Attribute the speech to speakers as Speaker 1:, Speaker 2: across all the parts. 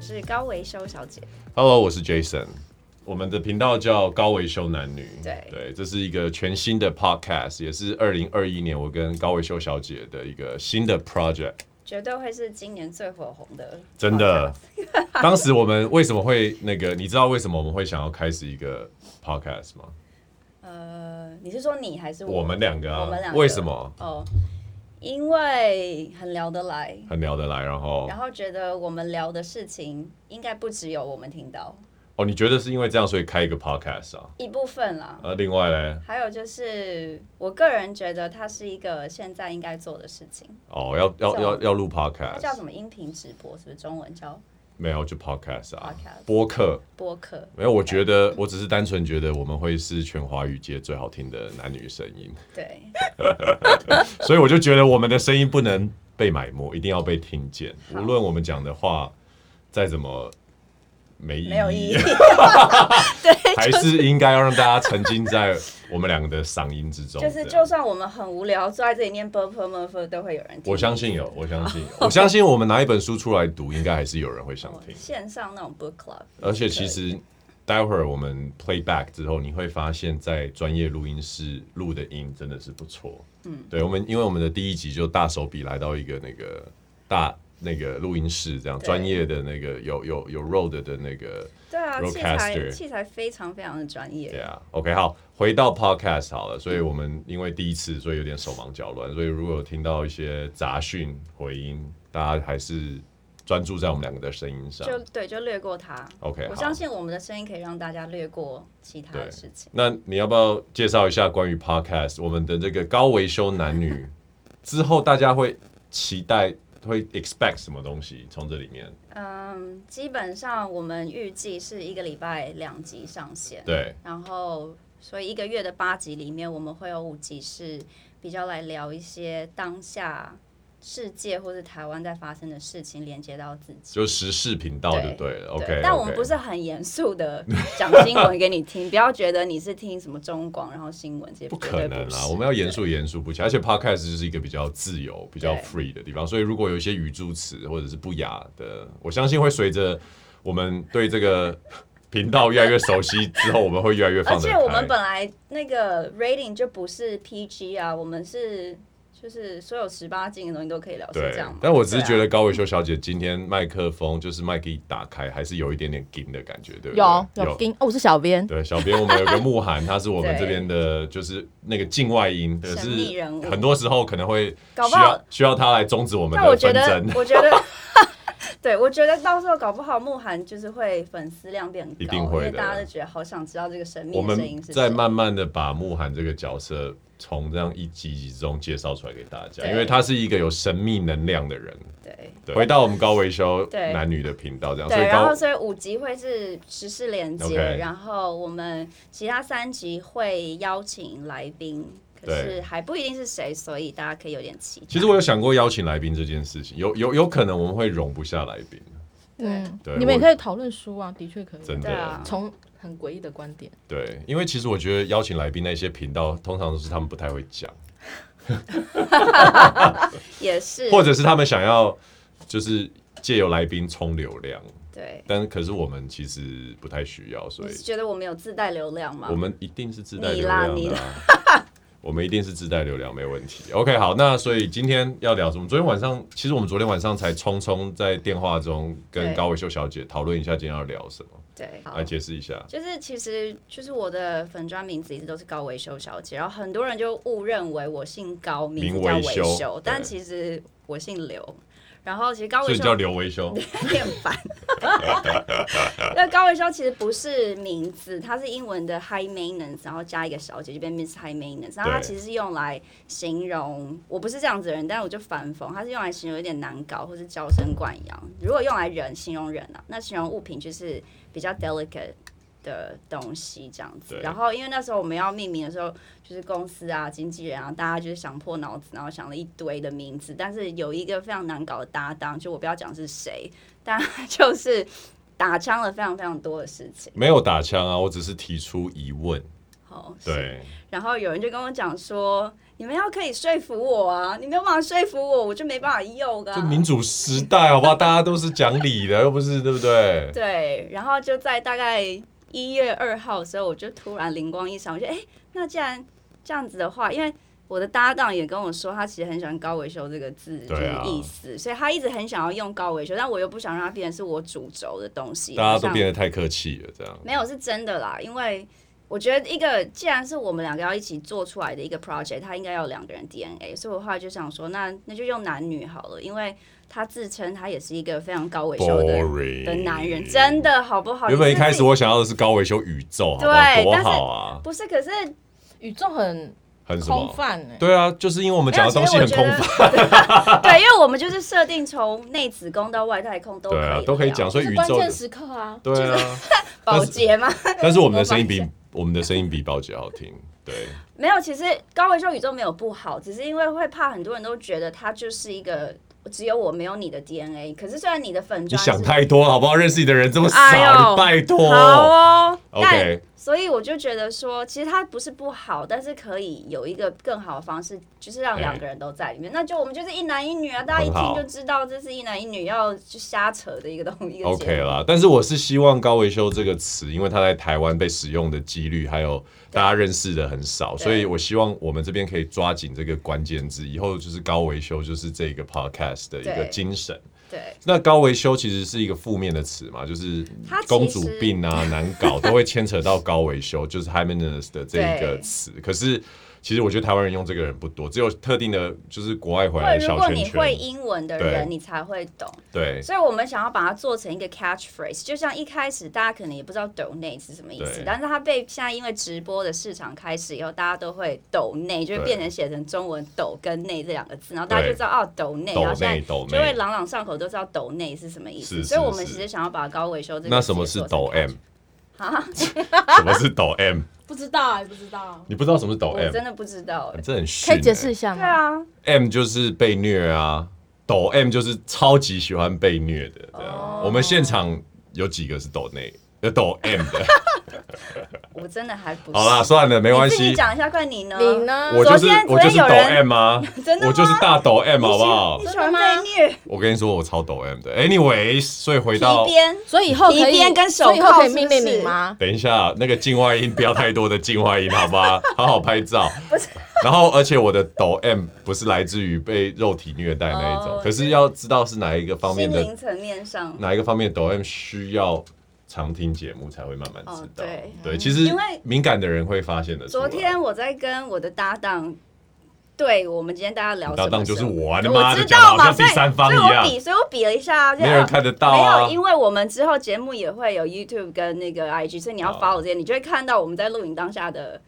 Speaker 1: 是高维修小姐。
Speaker 2: Hello，我是 Jason。我们的频道叫高维修男女，
Speaker 1: 对
Speaker 2: 这是一个全新的 podcast，也是二零二一年我跟高维修小姐的一个新的 project。
Speaker 1: 绝对会是今年最火红的，
Speaker 2: 真的，当时我们为什么会那个？你知道为什么我们会想要开始一个 podcast 吗？
Speaker 1: 呃，你是说你还是我？
Speaker 2: 我们两个
Speaker 1: 我
Speaker 2: 啊
Speaker 1: 们两，个
Speaker 2: 为什么
Speaker 1: 哦，因为很聊得来，
Speaker 2: 很聊得来？然后
Speaker 1: 然后觉得我们聊的事情应该不只有我们听到
Speaker 2: 哦，你觉得是因为这样所以开一个 podcast 啊？
Speaker 1: 一部分啦。
Speaker 2: 呃，另外嘞，
Speaker 1: 还有就是，我个人觉得它是一个现在应该做的事情。
Speaker 2: 哦，要要
Speaker 1: 叫
Speaker 2: 要要录
Speaker 1: 它叫
Speaker 2: podcast，
Speaker 1: 什么？音频直播是不是？中文叫
Speaker 2: 没有就 podcast 啊
Speaker 1: Podcast
Speaker 2: 播客。
Speaker 1: 播客。
Speaker 2: 没有，我觉得我只是单纯觉得我们会是全华语界最好听的男女声音，
Speaker 1: 对，
Speaker 2: 所以我就觉得我们的声音不能被埋没，一定要被听见。
Speaker 1: 好
Speaker 2: 无论我们讲的话再怎么没意义，
Speaker 1: 没有意义。
Speaker 2: 还是应该要让大家沉浸在我们两个的嗓音之中。
Speaker 1: 就是，
Speaker 2: 这样
Speaker 1: 就算我们很无聊，坐在这里念 b u r p l e m u r p h 都会有人听。
Speaker 2: 我相信有，我相信有，我相信我们拿一本书出来读，应该还是有人会想
Speaker 1: 哦
Speaker 2: 听。
Speaker 1: 线上那种 book club，
Speaker 2: 而且其实待会儿我们 play back 之后，你会发现在专业录音室录的音真的是不错。嗯，对我们，因为我们的第一集就大手笔来到一个那个大那个录音室，这样
Speaker 1: 对
Speaker 2: 专业的那个有有有 road 的那个，
Speaker 1: 对啊，器
Speaker 2: Roadcaster
Speaker 1: 材器材非常非常的专业。
Speaker 2: 对啊。OK，好，回到 podcast 好了，所以我们因为第一次，所以有点手忙脚乱，所以如果有听到一些杂讯回音，大家还是专注在我们两个的声音上。
Speaker 1: 就对，就略过它。
Speaker 2: OK，
Speaker 1: 我
Speaker 2: 好
Speaker 1: 相信我们的声音可以让大家略过其他的事情。
Speaker 2: 那你要不要介绍一下关于 podcast 我们的这个高维修男女 之后，大家会期待会 expect 什么东西从这里面？
Speaker 1: 嗯，基本上我们预计是一个礼拜两集上线，
Speaker 2: 对，
Speaker 1: 然后所以一个月的八集里面，我们会有五集是比较来聊一些当下世界或是台湾在发生的事情，连接到自己。
Speaker 2: 就时事频道就对了。OK，
Speaker 1: 对，但我们
Speaker 2: OK
Speaker 1: 不是很严肃 的讲新闻给你听， 不要觉得你是听什么中广，然后新闻这些
Speaker 2: 不
Speaker 1: 绝
Speaker 2: 可
Speaker 1: 对
Speaker 2: 能
Speaker 1: 不
Speaker 2: 啦，
Speaker 1: 是
Speaker 2: 我们要严肃严肃不起，而且 podcast 就是一个比较自由、比较
Speaker 1: 对
Speaker 2: free 的地方，所以如果有一些语助词或者是不雅的，我相信会随着我们对这个频道越来越熟悉之后，我们会越来越放
Speaker 1: 而
Speaker 2: 得
Speaker 1: 且
Speaker 2: 开。
Speaker 1: 我们本来那个 rating 就不是 PG 啊，我们是就是所有十八禁的东西都可以哦聊，是
Speaker 2: 对
Speaker 1: 这样吗，？
Speaker 2: 但我只是觉
Speaker 1: 对啊
Speaker 2: 得高维修小姐今天麦克风就是麦克一打开，还是有一点点紧的感觉，对不对？
Speaker 3: 有有丁哦，我是小编，
Speaker 2: 对，小编我们有个慕 寒，他是我们
Speaker 1: 对
Speaker 2: 这边的，就是那个境外音，可
Speaker 1: 神秘
Speaker 2: 是
Speaker 1: 人物
Speaker 2: 很多时候可能会
Speaker 1: 搞
Speaker 2: 需
Speaker 1: 不好
Speaker 2: 要需要他来终止我们
Speaker 1: 但我
Speaker 2: 的
Speaker 1: 觉
Speaker 2: 纷
Speaker 1: 得
Speaker 2: 争，，
Speaker 1: 我觉得，对我觉得到时候搞不好慕寒就是会粉丝量变高，
Speaker 2: 一定会的
Speaker 1: 因为大家都觉得好想知道这个神秘
Speaker 2: 我
Speaker 1: 的声音
Speaker 2: 们
Speaker 1: 是
Speaker 2: 在
Speaker 1: 谁。
Speaker 2: 慢慢的把慕寒这个角色从这样一集一集之中介绍出来给大家，
Speaker 1: 对
Speaker 2: 因为他是一个有神秘能量的人。
Speaker 1: 对
Speaker 2: 对回到我们高维修
Speaker 1: 对
Speaker 2: 男女的频道，这哦样，所
Speaker 1: 对，
Speaker 2: 以
Speaker 1: 然
Speaker 2: 高
Speaker 1: 后所以五集会是时事连接
Speaker 2: OK
Speaker 1: 然后我们其他三集会邀请来宾，可
Speaker 2: 对
Speaker 1: 是还不一定是谁，所以大家可以有点期待。
Speaker 2: 其实我有想过邀请来宾这件事情，有有有可能我们会容不下来宾，
Speaker 3: 嗯
Speaker 2: 对，
Speaker 3: 你们也
Speaker 2: 我
Speaker 3: 可以讨论书啊，的确可以，
Speaker 2: 真
Speaker 1: 对啊
Speaker 2: 的。
Speaker 3: 从很诡异的观点，
Speaker 2: 对，因为其实我觉得邀请来宾那些频道，通常都是他们不太会讲，
Speaker 1: 也是，
Speaker 2: 或者是他们想要就是借由来宾冲流量，
Speaker 1: 对，
Speaker 2: 但可是我们其实不太需要，所
Speaker 1: 你
Speaker 2: 以
Speaker 1: 是觉得我们有自带流量吗
Speaker 2: 我？们一定是自带
Speaker 1: 你
Speaker 2: 流
Speaker 1: 啦
Speaker 2: 量
Speaker 1: 你
Speaker 2: 的、啊。 我们一定是自带流量，没问题。OK，好，那所以今天要聊什么？昨天晚上，其实我们昨天晚上才匆匆在电话中跟
Speaker 1: 对
Speaker 2: 高维秀小姐讨论一下今天要聊什么，
Speaker 1: 对，好
Speaker 2: 来解释一下。
Speaker 1: 就是其实就是我的粉砖名字一直都是高维修小姐，然后很多人就误认为我姓高，名字叫维
Speaker 2: 名维修
Speaker 1: 修，但
Speaker 2: 对
Speaker 1: 其实我姓刘。然后其实高
Speaker 2: 所
Speaker 1: 维
Speaker 2: 以
Speaker 1: 修
Speaker 2: 叫刘维修，
Speaker 1: 变烦。那高维修其实不是名字，它是英文的 high maintenance，然后加一个小姐就变 Miss High Maintenance。然后它其实是用来形容我不是这样子的人，但我就反讽，它是用来形容有点难搞或是娇生惯养。如果用来人形容人啊，那形容物品就是比较 delicate。的东西这样子
Speaker 2: 对，
Speaker 1: 然后因为那时候我们要命名的时候，就是公司啊、经纪人啊，大家就是想破脑子，然后想了一堆的名字，但是有一个非常难搞的搭档，就我不要讲是谁，但他就是打枪了非常非常多的事情。
Speaker 2: 没有打枪啊，我只是提出疑问。
Speaker 1: 候，是
Speaker 2: 对，
Speaker 1: 然后有人就跟我讲说，你们要可以说服我啊，你没有办法说服我，我就没办法用啊
Speaker 2: 就。民主时代，好不好？大家都是讲理的，又不是对不对？
Speaker 1: 对，然后就在大概一月二号的时候，我就突然灵光一闪，我觉得哎，诶那既然这样子的话，因为我的搭档也跟我说，他其实很喜欢高维修这个字，就是
Speaker 2: 对啊
Speaker 1: 意思，所以他一直很想要用高维修，但我又不想让它变成是我主轴的东西，
Speaker 2: 大家都
Speaker 1: 像
Speaker 2: 变得太客气了，这样。
Speaker 1: 没有是真的啦，因为我觉得一个既然是我们两个要一起做出来的一个 project，它应该要有两个人 DNA，所以我后来就想说，那那就用男女好了，因为他自称他也是一个非常高维修的
Speaker 2: Boring
Speaker 1: 的男人，真的好不好？
Speaker 2: 嗯原本一开始
Speaker 1: 你
Speaker 2: 我想要的是高维修宇宙，好不好？
Speaker 1: 对
Speaker 2: 多
Speaker 1: 但是
Speaker 2: 好啊，
Speaker 1: 不是，可是
Speaker 3: 宇宙很
Speaker 2: 很什
Speaker 3: 空
Speaker 2: 么？
Speaker 3: 泛哎、
Speaker 2: 对啊，就是因为我们讲的东西很空泛，
Speaker 1: 泛， 对，因为我们就是设定从内子宫到外太空都可以
Speaker 2: 对啊
Speaker 1: 聊，
Speaker 2: 都可以讲。所以
Speaker 3: 是
Speaker 2: 宇
Speaker 3: 关
Speaker 2: 宙
Speaker 3: 键时刻啊，
Speaker 2: 对啊，但
Speaker 1: 保
Speaker 2: 是
Speaker 1: 洁吗？
Speaker 2: 但是我们的声音比
Speaker 1: 我
Speaker 2: 我们的声音比宝姐好听，对，
Speaker 1: 没有，其实高维修宇宙没有不好，只是因为会怕很多人都觉得它就是一个只有我没有你的 DNA。可是虽然你的粉
Speaker 2: 你
Speaker 1: 砖是
Speaker 2: 想太多了好不好？认识你的人这么少，
Speaker 1: 哎呦
Speaker 2: 你拜托。
Speaker 1: 好哦
Speaker 2: OK
Speaker 1: 但所以我就觉得说，其实它不是不好，但是可以有一个更好的方式，就是让
Speaker 2: 哎
Speaker 1: 两个人都在里面。那就我们就是一男一女啊，大家一
Speaker 2: 很
Speaker 1: 听
Speaker 2: 好
Speaker 1: 就知道这是一男一女要就瞎扯的一个东一个节
Speaker 2: OK
Speaker 1: 目。
Speaker 2: 啦，但是我是希望“高维修”这个词，因为它在台湾被使用的几率还有大家认识的很少，
Speaker 1: 对
Speaker 2: 所以我希望我们这边可以抓紧这个关键字，以后就是高维修就是这个 podcast 的一个
Speaker 1: 对
Speaker 2: 精神。
Speaker 1: 对，
Speaker 2: 那高维修其实是一个负面的词嘛，就是
Speaker 1: 它其实
Speaker 2: 公主 病啊、难搞都会牵扯到高维修，就是 hymenus 的这一个
Speaker 1: 对
Speaker 2: 词。可是其实我觉得台湾人用这个人不多，只有特定的，就是国外回来
Speaker 1: 会如
Speaker 2: 的小
Speaker 1: 果
Speaker 2: 圈
Speaker 1: 你会
Speaker 2: 圈。
Speaker 1: 英文的
Speaker 2: 对
Speaker 1: 人，你才会懂。
Speaker 2: 对，
Speaker 1: 所以我们想要把它做成一个 catchphrase，就像一开始大家可能也不知道 donate 是什么意思
Speaker 2: 对，
Speaker 1: 但是它被现在因为直播的市场开始以后，大家都会 donate，就会
Speaker 2: 对
Speaker 1: 变成写成中文“抖”跟“内”这两个字，然后大家就
Speaker 2: 对
Speaker 1: 知道哦 donate，然后
Speaker 2: 抖
Speaker 1: 现在
Speaker 2: 内抖
Speaker 1: 就会
Speaker 2: 内。
Speaker 1: 朗朗上口，都知道 donate 是什么意思。
Speaker 2: 是
Speaker 1: 所以
Speaker 2: 是
Speaker 1: 我们
Speaker 2: 是
Speaker 1: 其实想要把高维修这个
Speaker 2: 那什么
Speaker 1: 词
Speaker 2: 是
Speaker 1: 做成
Speaker 2: 抖 M？
Speaker 1: 啊？
Speaker 2: 什么是抖 M？
Speaker 3: 不知道哎、不知道，
Speaker 2: 你不知道什么是抖
Speaker 1: 我
Speaker 2: M？
Speaker 1: 真的不知道欸、
Speaker 2: 欸这很逊、
Speaker 3: 可以解释一下
Speaker 1: 对
Speaker 3: 吗？
Speaker 1: 啊，
Speaker 2: 欸。M 就是被虐啊，抖 M 就是超级喜欢被虐的这样。
Speaker 1: 哦
Speaker 2: 我们现场有几个是抖内，有抖 M 的。
Speaker 1: 我真的还不是。
Speaker 2: 好啦，算了，没关
Speaker 1: 你自己
Speaker 2: 系。
Speaker 1: 讲一下，快你呢？
Speaker 3: 啊你？呢？
Speaker 2: 我就是
Speaker 1: 昨天
Speaker 2: 我就是
Speaker 1: 昨
Speaker 2: 抖
Speaker 1: 天有人
Speaker 2: M 啊，
Speaker 1: 真的吗
Speaker 2: 我就是大抖 M 好不好
Speaker 1: 你？喜
Speaker 3: 真
Speaker 1: 欢
Speaker 3: 的吗
Speaker 1: 被虐？
Speaker 2: 我跟你说，我超抖 M 的。Anyways，所以回到
Speaker 1: 皮鞭。
Speaker 3: 所以以后可
Speaker 1: 皮
Speaker 3: 以
Speaker 1: 鞭跟手铐
Speaker 3: 所以以后可以
Speaker 1: 是不是
Speaker 3: 命令你吗？
Speaker 2: 等一下，那个境外音不要太多的境外音，好吧？好好拍 照。然后，而且我的抖 M 不是来自于被肉体虐待那一种
Speaker 1: 哦，
Speaker 2: 可是要知道是哪一个方面
Speaker 1: 心
Speaker 2: 的
Speaker 1: 灵层面上，
Speaker 2: 哪一个方面抖 M 需要常听节目才会慢慢知道。
Speaker 1: 哦对
Speaker 2: 其实
Speaker 1: 因为
Speaker 2: 敏感的人会发现的。
Speaker 1: 昨天我在跟我的搭档，对我们今天大家聊什么
Speaker 2: 搭档就是
Speaker 1: 时候
Speaker 2: 我啊，你妈
Speaker 1: 我
Speaker 2: 的
Speaker 1: 知
Speaker 2: 讲得
Speaker 1: 道
Speaker 2: 好
Speaker 1: 嘛，
Speaker 2: 像
Speaker 1: 所
Speaker 2: 第
Speaker 1: 以
Speaker 2: 三方
Speaker 1: 所以
Speaker 2: 一
Speaker 1: 我
Speaker 2: 样，
Speaker 1: 比，所以我比了一下，
Speaker 2: 没人看得到
Speaker 1: 没
Speaker 2: 啊
Speaker 1: 有，。因为我们之后节目也会有 YouTube 跟那个 IG，所以你要
Speaker 2: 哦
Speaker 1: 发我这些，你就会看到我们在录影当下的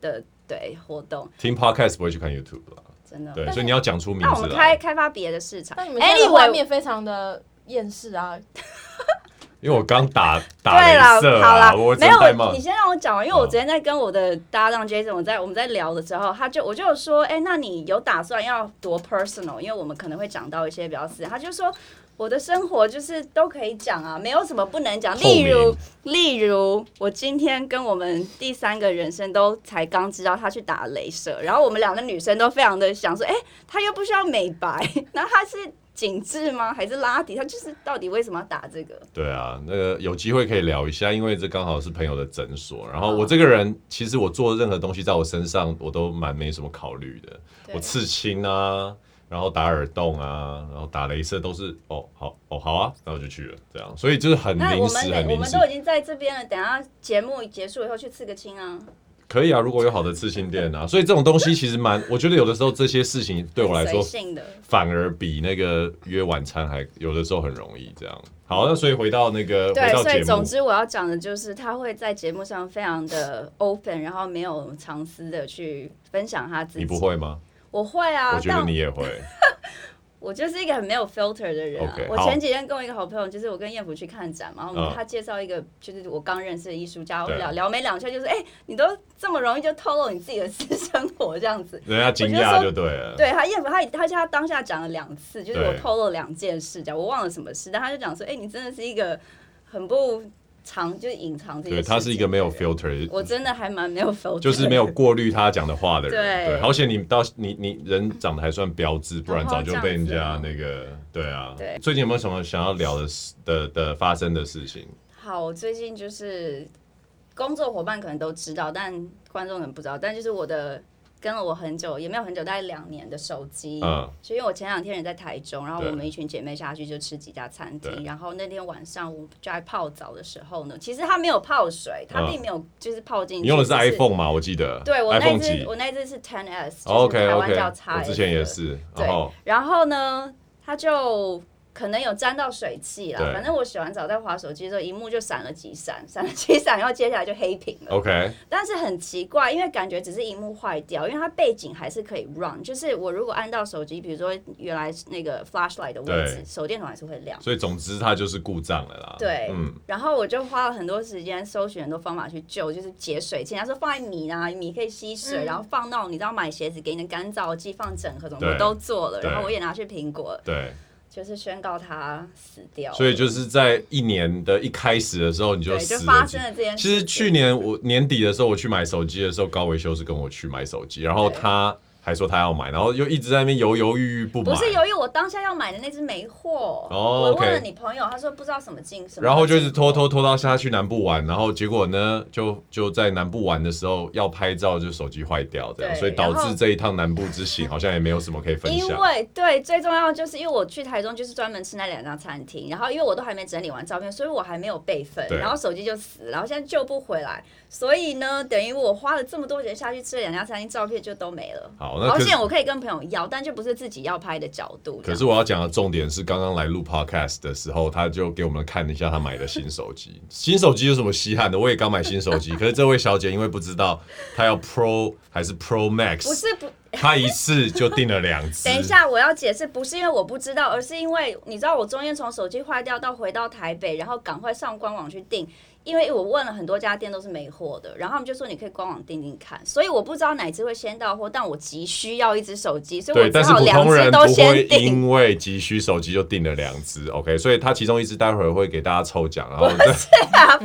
Speaker 1: 的对活动，
Speaker 2: 听 podcast 不会去看 YouTube 啦，
Speaker 1: 真的。
Speaker 2: 对，所以你要讲出名啊
Speaker 1: 那我
Speaker 2: 字
Speaker 1: 们
Speaker 2: 来
Speaker 1: 开。开发别的市场。
Speaker 3: 但你们现在的
Speaker 1: Anyway，
Speaker 3: 画面非常的厌世啊，
Speaker 2: 因为我刚打打
Speaker 1: 对
Speaker 2: 镭射
Speaker 1: 好
Speaker 2: 啊，
Speaker 1: 啦，
Speaker 2: 我
Speaker 1: 没
Speaker 2: 真戴
Speaker 1: 有，
Speaker 2: 帽
Speaker 1: 你
Speaker 2: 子。
Speaker 1: 先让我讲完，因为我
Speaker 2: 嗯
Speaker 1: 昨天在跟我的搭档 Jason，我在我们在聊的时候，他就我就有说，哎、那你有打算要多 personal？因为我们可能会讲到一些比较私，他就说我的生活就是都可以讲啊，没有什么不能讲。
Speaker 2: 透
Speaker 1: 例
Speaker 2: 明
Speaker 1: 如，例如我今天跟我们第三个人生都才刚知道他去打镭射，然后我们两个女生都非常的想说，哎、他又不需要美白， 那他是紧致吗？还是拉提？他就是到底为什么要打这个？
Speaker 2: 对啊，那个有机会可以聊一下，因为这刚好是朋友的诊所。然
Speaker 1: 嗯
Speaker 2: 后我这个人，其实我做任何东西在我身上，我都蛮没什么考虑的。
Speaker 1: 对
Speaker 2: 我刺青啊，然后打耳洞啊，然后打镭射都是哦好哦好啊，然后就去了这样，所以就是很
Speaker 1: 那
Speaker 2: 临
Speaker 1: 我们
Speaker 2: 时
Speaker 1: 得
Speaker 2: 很
Speaker 1: 我
Speaker 2: 临
Speaker 1: 们
Speaker 2: 时
Speaker 1: 都，已经在这边了，等一下节目结束以后去刺个青啊。
Speaker 2: 可以啊，如果有好的刺青店 啊，所以这种东西其实蛮，我觉得有的时候这些事情对我来
Speaker 1: 很
Speaker 2: 说
Speaker 1: 随性的，
Speaker 2: 反而比那个约晚餐还有的时候很容易这样。好，那所以回到那个回
Speaker 1: 对，
Speaker 2: 到
Speaker 1: 所以
Speaker 2: 节
Speaker 1: 总
Speaker 2: 目，
Speaker 1: 之我要讲的就是，他会在节目上非常的 open，然后没有藏私的去分享他自己。
Speaker 2: 你不？会吗？
Speaker 1: 我会啊，
Speaker 2: 我觉得
Speaker 1: 但
Speaker 2: 你也会。
Speaker 1: 我就是一个很没有 filter 的人、啊。
Speaker 2: OK，
Speaker 1: 我
Speaker 2: 好
Speaker 1: 前几天跟我一个好朋友，就是我跟艳福去看展嘛，然后我们
Speaker 2: 嗯
Speaker 1: 他介绍一个就是我刚认识的艺术家，我们
Speaker 2: 对啊
Speaker 1: 聊聊没两下就是，哎、你都这么容易就透露你自己的私生活这样子，
Speaker 2: 人家惊
Speaker 1: 我觉得
Speaker 2: 讶
Speaker 1: 说
Speaker 2: 就对了。
Speaker 1: 对他，叶夫他他他当下讲了两次，就是我
Speaker 2: 对
Speaker 1: 透露两件事，讲我忘了什么事，但他就讲说，哎、你真的是一个很不藏就是隐藏这些
Speaker 2: 对
Speaker 1: 事情。
Speaker 2: 他是一个没有 filter，
Speaker 1: 我真的还蛮没有 filter，
Speaker 2: 就是没有过滤他讲的话的人。
Speaker 1: 对
Speaker 2: 对，好险你到你你人长得还算标致，不然早就被人
Speaker 1: 这
Speaker 2: 家
Speaker 1: 样子
Speaker 2: 那个对啊。
Speaker 1: 对
Speaker 2: 最近有没有什么想要聊的事的的发生的事情？
Speaker 1: 好，我最近就是工作伙伴可能都知道，但观众可能不知道。但就是我的跟了我很久，也没有很久，大概两年的手机。
Speaker 2: 嗯，
Speaker 1: 就因为我前两天人在台中，然后
Speaker 2: 对
Speaker 1: 我们一群姐妹下去就吃几家餐
Speaker 2: 对
Speaker 1: 厅，然后那天晚上我就在泡澡的时候呢，其实它没有泡水，它
Speaker 2: 嗯
Speaker 1: 并没有就是泡进去。
Speaker 2: 你用的是
Speaker 1: 只
Speaker 2: iPhone 嘛？我记得。
Speaker 1: 对我那
Speaker 2: ，iPhone
Speaker 1: 只
Speaker 2: 几哦
Speaker 1: 我那只是 Ten S，就是
Speaker 2: OK
Speaker 1: 台湾
Speaker 2: OK，
Speaker 1: 叫 X。
Speaker 2: 我之前也。是。然后
Speaker 1: 然后呢，它就可能有沾到水汽啦
Speaker 2: 对。
Speaker 1: 反正我洗完澡在滑手机的时候，荧幕就闪了几闪，闪了几闪，然后接下来就黑屏了。
Speaker 2: OK，
Speaker 1: 但是很奇怪，因为感觉只是荧幕坏掉，因为它背景还是可以 run。就是我如果按到手机，比如说原来那个 flashlight 的位置
Speaker 2: 对，
Speaker 1: 手电筒还是会亮。
Speaker 2: 所以总之它就是故障了啦。
Speaker 1: 对，
Speaker 2: 嗯，
Speaker 1: 然后我就花了很多时间搜寻很多方法去救，就是解水器，他说放在米啊，米可以吸水，
Speaker 3: 嗯
Speaker 1: 然后放那种你知道买鞋子给你的干燥剂，放整盒什么的
Speaker 2: 对
Speaker 1: 我都做了，
Speaker 2: 对
Speaker 1: 然后我也拿去苹果，
Speaker 2: 对。
Speaker 1: 就是宣告他死掉了，
Speaker 2: 所以就是在一年的一开始的时候，你就
Speaker 1: 对，
Speaker 2: 死
Speaker 1: 就
Speaker 2: 了几
Speaker 1: 发生了这件事
Speaker 2: 其
Speaker 1: 情。
Speaker 2: 实去年我年底的时候，我去买手机的时候，高维修是跟我去买手机，然后
Speaker 1: 对
Speaker 2: 他还说他要买，然后又一直在那边犹犹豫豫不买
Speaker 1: 不，是由于我当下要买的那只没货，
Speaker 2: 哦
Speaker 1: 我问了
Speaker 2: OK
Speaker 1: 你朋友，他说不知道什么进什么，
Speaker 2: 然后就一直拖拖。拖到下去南部玩，然后结果呢，就就在南部玩的时候要拍照，就手机坏掉这样，
Speaker 1: 对
Speaker 2: 所以导
Speaker 1: 然
Speaker 2: 致
Speaker 1: 后
Speaker 2: 这一趟南部之行好像也没有什么可以分
Speaker 1: 因
Speaker 2: 享。
Speaker 1: 为对最重要的就是因为我去台中就是专门吃那两家餐厅，然后因为我都还没整理完照片，所以我还没有备份，
Speaker 2: 对
Speaker 1: 然后手机就死，然后现在救不回来，所以呢，等于我花了这么多钱下去吃了两家餐厅，照片就都没了。
Speaker 2: 好，那
Speaker 1: 好
Speaker 2: 可是
Speaker 1: 险我可以跟朋友要，但就不是自己要拍的角度。
Speaker 2: 可是我要讲的重点是，刚刚来录 podcast 的时候，他就给我们看一下他买的新手机。新手机有什么稀罕的？我也刚买新手 机，可是这位小姐因为不知道她要 Pro 还是 Pro
Speaker 1: 不
Speaker 2: Max，
Speaker 1: 是不
Speaker 2: 她一次就订了两 只。
Speaker 1: 等一，下，我要解释，不是因为我不知道，而是因为你知道，我中间从手机坏掉到回到台北，然后赶快上官网去订，因为我问了很多家店都是没货的，然后他们就说你可以官网订订看，所以我不知道哪只会先到货，但我急需要一只手机，所以我
Speaker 2: 对，
Speaker 1: 只
Speaker 2: 但是
Speaker 1: 好
Speaker 2: 普
Speaker 1: 两
Speaker 2: 通
Speaker 1: 只
Speaker 2: 人
Speaker 1: 都
Speaker 2: 不会
Speaker 1: 先订。
Speaker 2: 因为急需手机就订了两只，OK？所以她其中一只待会儿会给大家抽奖，然后
Speaker 1: 啊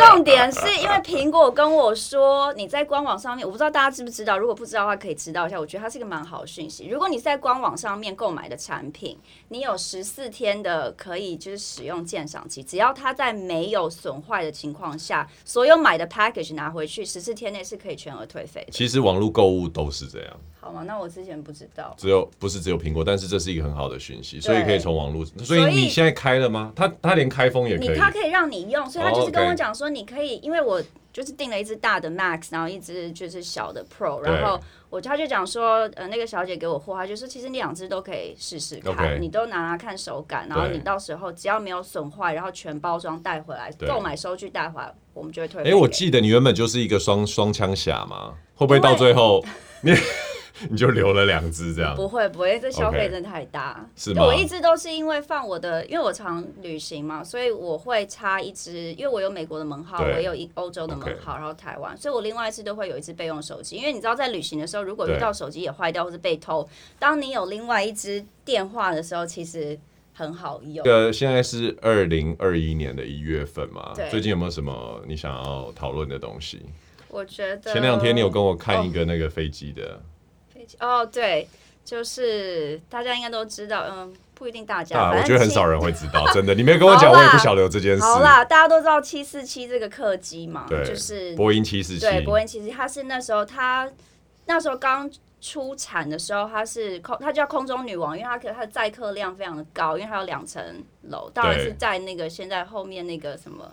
Speaker 1: 重点是因为苹果跟我说你在官网上面，我不知道大家知不知道，如果不知道的话可以知道一下，我觉得它是一个蛮好的讯息。如果你是在官网上面购买的产品，你有十四天的可以就是使用鉴赏期，只要它在没有损坏的情况下，所有买的 package 拿回去十四天内是可以全额退费的，
Speaker 2: 其实网络购物都是这样。
Speaker 1: 好吗？那我之前不知道，
Speaker 2: 只有不是只有苹果，但是这是一个很好的讯息，所以可以从网络。所以
Speaker 1: 所以
Speaker 2: 你现在开了吗？它它连开封也可
Speaker 1: 你
Speaker 2: 以。
Speaker 1: 它可以让你用，所以他
Speaker 2: 哦
Speaker 1: 就是跟我
Speaker 2: OK
Speaker 1: 讲说，你可以，因为我就是订了一只大的 Max，然后一只就是小的 Pro，
Speaker 2: 对
Speaker 1: 然后我他就讲说，呃，那个小姐给我货，她就说其实你两只都可以试试看
Speaker 2: OK
Speaker 1: 你都拿拿看手感，然后
Speaker 2: 对
Speaker 1: 你到时候只要没有损坏，然后全包装带回来，
Speaker 2: 对
Speaker 1: 购买收据带回来，我们就会退
Speaker 2: 哎、
Speaker 1: 回给你。
Speaker 2: 我记得你原本就是一个双双枪侠嘛，会不会到最 后你你就留了两只这样？
Speaker 1: 不会不会，这消
Speaker 2: OK
Speaker 1: 费真的太大。
Speaker 2: 是
Speaker 1: 对
Speaker 2: 吗
Speaker 1: 我一直都是因为放我的，因为我常旅行嘛，所以我会插一支，因为我有美国的门号，
Speaker 2: 对
Speaker 1: 我也有一欧洲的门
Speaker 2: OK
Speaker 1: 号然后台湾，所以我另外一支都会有一支备用手机，因为你知道在旅行的时候，如果遇
Speaker 2: 对
Speaker 1: 到手机也坏掉或是被偷，当你有另外一支电话的时候，其实很好用。
Speaker 2: 这个现在是二零二一年的一月份嘛，
Speaker 1: 对
Speaker 2: 最近有没有什么你想要讨论的东西？
Speaker 1: 我觉得
Speaker 2: 前两天你有跟我
Speaker 1: 哦
Speaker 2: 看一个那个飞机的、
Speaker 1: 飞机哦，对，就是大家应该都知道，嗯，不一定大家，反
Speaker 2: 啊，我
Speaker 1: 正
Speaker 2: 觉得很
Speaker 1: 其
Speaker 2: 少人会知 道，真的，你没有跟我讲，
Speaker 1: 好
Speaker 2: 我
Speaker 1: 啦
Speaker 2: 也不晓得有这件事。
Speaker 1: 好啦，大家都知道七四七这个客机嘛，
Speaker 2: 对，
Speaker 1: 就是
Speaker 2: 波音七四七，
Speaker 1: 对，伯恩其实他是那时候他那时候刚出产的时候，他是空，他叫空中女王，因为他可他的载客量非常的高，因为它有两层楼，当然
Speaker 2: 对
Speaker 1: 是在那个现在后面那个什么。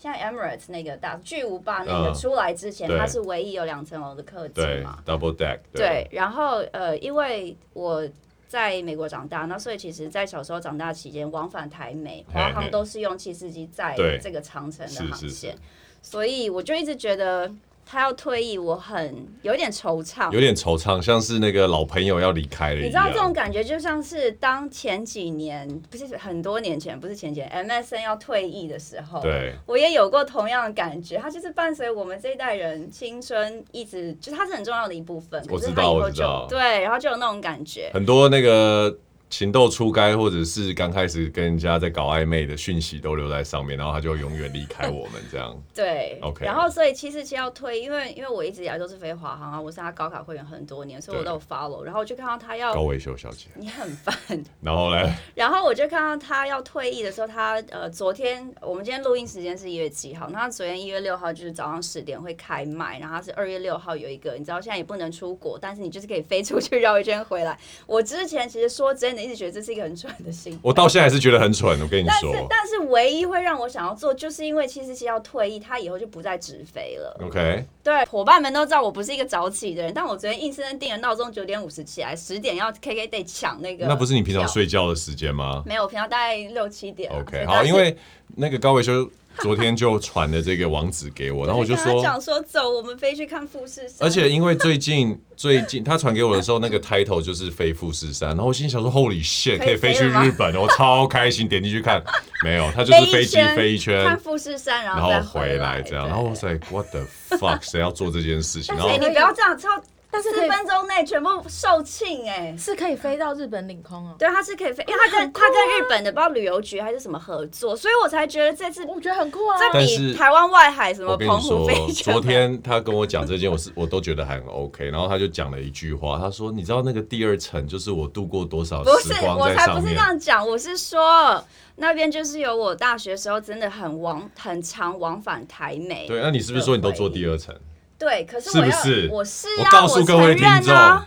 Speaker 1: 像 Emirates 那个大巨无霸那个
Speaker 2: 嗯
Speaker 1: 出来之前，
Speaker 2: 对
Speaker 1: 它是唯一有两层楼的客机
Speaker 2: 对
Speaker 1: 嘛？
Speaker 2: double deck，
Speaker 1: 对，然后呃，因为我在美国长大，那所以其实，在小时候长大期间，往返台美、
Speaker 2: 嘿
Speaker 1: 华航
Speaker 2: 嘿
Speaker 1: 都是用七四七在
Speaker 2: 对
Speaker 1: 这个长城的
Speaker 2: 是
Speaker 1: 航
Speaker 2: 是
Speaker 1: 线，
Speaker 2: 是
Speaker 1: 所以我就一直觉得他要退役，我很有点惆怅。
Speaker 2: 有点惆怅，像是那个老朋友要离开了一样。
Speaker 1: 你知道这种感觉就像是当前几年，不是很多年前，不是前几年，MSN 要退役的时候，
Speaker 2: 对，
Speaker 1: 我也有过同样的感觉，它就是伴随我们这一代人青春，一直就它是很重要的一部分。
Speaker 2: 我
Speaker 1: 可是
Speaker 2: 知
Speaker 1: 它
Speaker 2: 道
Speaker 1: 以
Speaker 2: 我
Speaker 1: 后
Speaker 2: 知
Speaker 1: 就
Speaker 2: 道
Speaker 1: 对，然后就有那种感觉。
Speaker 2: 很多那个情窦初开，或者是刚开始跟人家在搞暧昧的讯息都留在上面，然后他就永远离开我们 这样。
Speaker 1: 对
Speaker 2: OK
Speaker 1: 然后所以其实其实要推，因为因为我一直以来都是飞华航啊，我是他高卡会员很多年，所以我都有 follow，然后我就看到他要
Speaker 2: 高维修小姐，
Speaker 1: 你很烦，
Speaker 2: 然后嘞，
Speaker 1: 然后我就看到他要退役的时候，他呃，昨天我们今天录音时间是一月七号，那他昨天一月六号就是早上十点会开卖，然后他是二月六号有一个，你知道现在也不能出国，但是你就是可以飞出去绕一圈回来。我之前其实说真的，一直觉得这是一个很蠢的行为。
Speaker 2: 我到现在还是觉得很蠢。我跟你
Speaker 1: 但是，
Speaker 2: 说
Speaker 1: 但是唯一会让我想要做，就是因为七四七要退役，他以后就不再直飞了。
Speaker 2: ，OK，
Speaker 1: 对，伙伴们都知道我不是一个早起的人，但我昨天硬生生定了闹钟九点五十起来，十点要 KK day 抢那个。
Speaker 2: 那不是你平常？睡觉的时间吗
Speaker 1: 没有，我平常大概六七点啊。所以
Speaker 2: ？OK，
Speaker 1: 大概
Speaker 2: 好，
Speaker 1: 是
Speaker 2: 因为那个高维修昨天就传了这个网址给我，然后我就
Speaker 1: 跟
Speaker 2: 说
Speaker 1: 他，讲说走，我们飞去看富士山。
Speaker 2: 而且因为最近最近他传给我的时候，那个 title 就是飞富士山，然后我心想说 Holy shit，
Speaker 1: 可以
Speaker 2: 可以飞去
Speaker 1: 飞了吗
Speaker 2: 日本，我超开心，点进去看，没有，他就是飞机飞一圈，
Speaker 1: 看富士山，然
Speaker 2: 然
Speaker 1: 后再
Speaker 2: 后回来这样，
Speaker 1: 对
Speaker 2: 然后我在 What the fuck，谁要做这件事情？然
Speaker 1: 哎、
Speaker 2: 后
Speaker 1: 你不要这样，超
Speaker 3: 但是可
Speaker 1: 四
Speaker 3: 以
Speaker 1: 分钟内全部售罄哎、
Speaker 3: 是可以飞到日本领空啊，
Speaker 1: 对，它是可以飞，因为它跟、它跟日本的不知道旅游局还是什么合作，所以我才觉得这次
Speaker 3: 我觉得很酷啊。
Speaker 1: 这
Speaker 2: 但是
Speaker 1: 比台湾外海什么
Speaker 2: 我跟
Speaker 1: 澎
Speaker 2: 你
Speaker 1: 湖
Speaker 2: 说
Speaker 1: 飞，机
Speaker 2: 昨天他跟我讲这件，我是我都觉得还很 OK。然后他就讲了一句话，他说：“你知道那个第二层就是我度过多少
Speaker 1: 不
Speaker 2: 时
Speaker 1: 是，
Speaker 2: 光
Speaker 1: 我
Speaker 2: 在
Speaker 1: 才
Speaker 2: 上
Speaker 1: 不是
Speaker 2: 面
Speaker 1: 这？”样讲，我是说那边就是有我大学时候真的很往很常往返台美。
Speaker 2: 对，那你是不是说你都坐第二层？
Speaker 1: 对，可是
Speaker 2: 是
Speaker 1: 我
Speaker 2: 不
Speaker 1: 要
Speaker 2: 是
Speaker 1: 我是
Speaker 2: 我
Speaker 1: 啊，
Speaker 2: 告诉各位
Speaker 1: 承
Speaker 2: 听
Speaker 1: 认
Speaker 2: 众
Speaker 1: 啊。，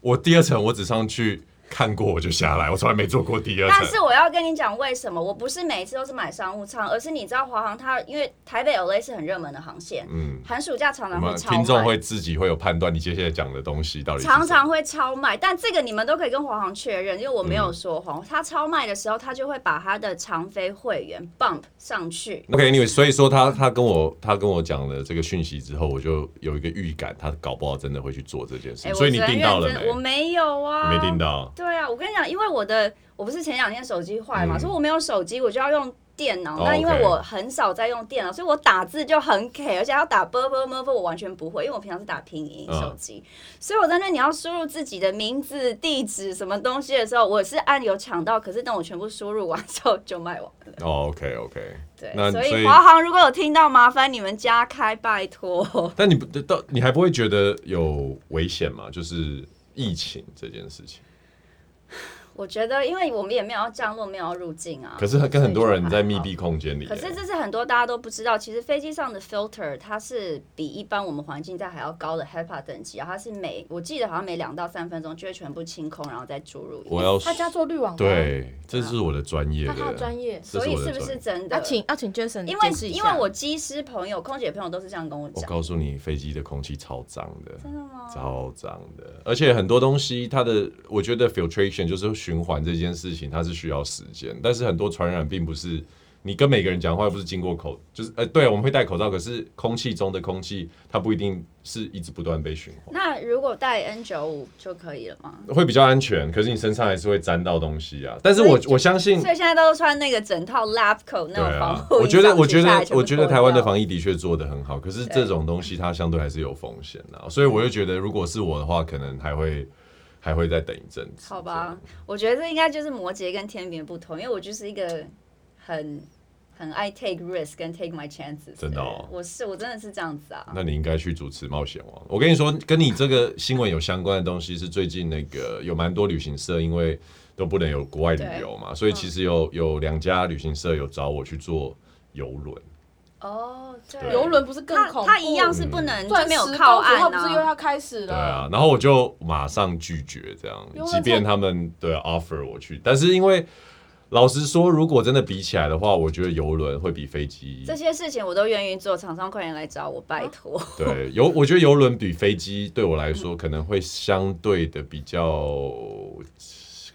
Speaker 2: 我第二层我只上去看过我就下来，我从来没坐过第二
Speaker 1: 但
Speaker 2: 层。
Speaker 1: 是我要跟你讲，为什么我不是每一次都是买商务舱，而是你知道华航它因为台北 LA 是很热门的航线，
Speaker 2: 嗯，
Speaker 1: 寒暑假常
Speaker 2: 我
Speaker 1: 常
Speaker 2: 们
Speaker 1: 会超卖，
Speaker 2: 听众会自己会有判断，你接下来讲的东西到底是
Speaker 1: 常
Speaker 2: 什么
Speaker 1: 常会超卖，但这个你们都可以跟华航确认，因为我没
Speaker 2: 嗯
Speaker 1: 有说谎。它超卖的时候，它就会把它的常飞会员 bump 上去。
Speaker 2: OK，anyway，、所以说他他跟我他跟我讲了这个讯息之后，我就有一个预感，他搞不好真的会去做这件事。
Speaker 1: 哎、我
Speaker 2: 所以你
Speaker 1: 承
Speaker 2: 订到了
Speaker 1: 认真的我
Speaker 2: 没？
Speaker 1: 没有啊，
Speaker 2: 没订。到。
Speaker 1: 对啊，我跟你讲，因为我的我不是前两天手机坏嘛，
Speaker 2: 嗯
Speaker 1: 所以我没有手机，我就要用电脑。
Speaker 2: 哦
Speaker 1: 那因为
Speaker 2: OK
Speaker 1: 我很少在用电脑，所以我打字就很 K，而且要打 b b m b，我完全不会，因为我平常是打拼音
Speaker 2: 嗯
Speaker 1: 手机，所以我在那你要输入自己的名字、地址什么东西的时候，我是按有抢到，可是等我全部输入完之后就卖完了。
Speaker 2: 哦，OK，OK、o k OK，
Speaker 1: 对
Speaker 2: 那，
Speaker 1: 所
Speaker 2: 所
Speaker 1: 以
Speaker 2: 以
Speaker 1: 华航如果有听到，麻烦你们加开，拜托。
Speaker 2: 但你不到你还不会觉得有危险吗？就是疫情这件事情，
Speaker 1: 我觉得，因为我们也没有要降落，没有要入境啊，
Speaker 2: 可是跟很多人在密
Speaker 1: 闭。
Speaker 2: 闭空间里、
Speaker 1: 可是这是很多大家都不知道，其实飞机上的 filter 它是比一般我们环境在还要高的 HEPA 等级，然后它是每我记得好像每两到三分钟就会全部清空，然后再注入一
Speaker 2: 我
Speaker 1: 次。
Speaker 2: 要
Speaker 3: 他家做滤网，，啊
Speaker 1: 啊
Speaker 2: 对，这是我的专业
Speaker 3: 他好
Speaker 2: 的
Speaker 3: 专业。
Speaker 2: 这
Speaker 1: 所
Speaker 2: 是
Speaker 1: 以
Speaker 2: 我的
Speaker 1: 是不是
Speaker 2: 专业
Speaker 1: 真的？
Speaker 3: 要啊请要请 Jason
Speaker 1: 因
Speaker 3: 解释
Speaker 1: 为
Speaker 3: 一下
Speaker 1: 因为我机师朋友、空姐朋友都是这样跟我
Speaker 2: 我
Speaker 1: 讲，
Speaker 2: 告诉你，飞机的空气超脏的，
Speaker 1: 真的吗？
Speaker 2: 超脏的，而且很多东西它的，我觉得 filtration 就是循环这件事情，它是需要时间，但是很多传染并不是你跟每个人讲话又不是经过口，就是呃，对，我们会戴口罩，可是空气中的空气它不一定是一直不断被循环，
Speaker 1: 那如果戴 N 九五就可以了吗？
Speaker 2: 会比较安全，可是你身上还是会沾到东西啊。但是我
Speaker 1: 所以就
Speaker 2: 我相信
Speaker 1: 所以现在都穿那个整套 lab coat 那
Speaker 2: 对
Speaker 1: 种防
Speaker 2: 啊，
Speaker 1: 护
Speaker 2: 我
Speaker 1: 衣上
Speaker 2: 觉
Speaker 1: 去下来，
Speaker 2: 得我觉得我觉
Speaker 1: 全部脱
Speaker 2: 得台湾的
Speaker 1: 掉
Speaker 2: 防疫的确做得很好，可是这种东西它相对还是有风险的、啊，所以我就觉得如果是我的话，可能还会还会再等一阵子。
Speaker 1: 好吧，我觉得这应该就是摩羯跟天平不同，因为我就是一个很很爱 take risk 跟 take my chances
Speaker 2: 真的哦
Speaker 1: 人我是我真的是这样子啊。
Speaker 2: 那你应该去主持《冒险王》。我跟你说，跟你这个新闻有相关的东西是最近那个有蛮多旅行社，因为都不能有国外旅游嘛，所以其实有有两家旅行社有找我去做游轮。
Speaker 1: 哦，对，
Speaker 2: 对
Speaker 3: 游轮不是更
Speaker 1: 它
Speaker 3: 恐怖？
Speaker 1: 它一样是不能就
Speaker 3: 钻
Speaker 1: 没有
Speaker 3: 石
Speaker 1: 靠
Speaker 3: 公主号
Speaker 1: 岸
Speaker 3: 不是又
Speaker 1: 啊。
Speaker 3: 要开始
Speaker 2: 对
Speaker 3: 了？
Speaker 2: 啊，然后我就马上拒绝这样
Speaker 3: 因，为
Speaker 2: 即便他们对啊 offer 我去，但是因为老实说，如果真的比起来的话，我觉得游轮会比飞机
Speaker 1: 这些事情我都愿意做，厂商快点来找我，拜托。
Speaker 2: 对游，我觉得游轮比飞机对我来说可能会相对的比较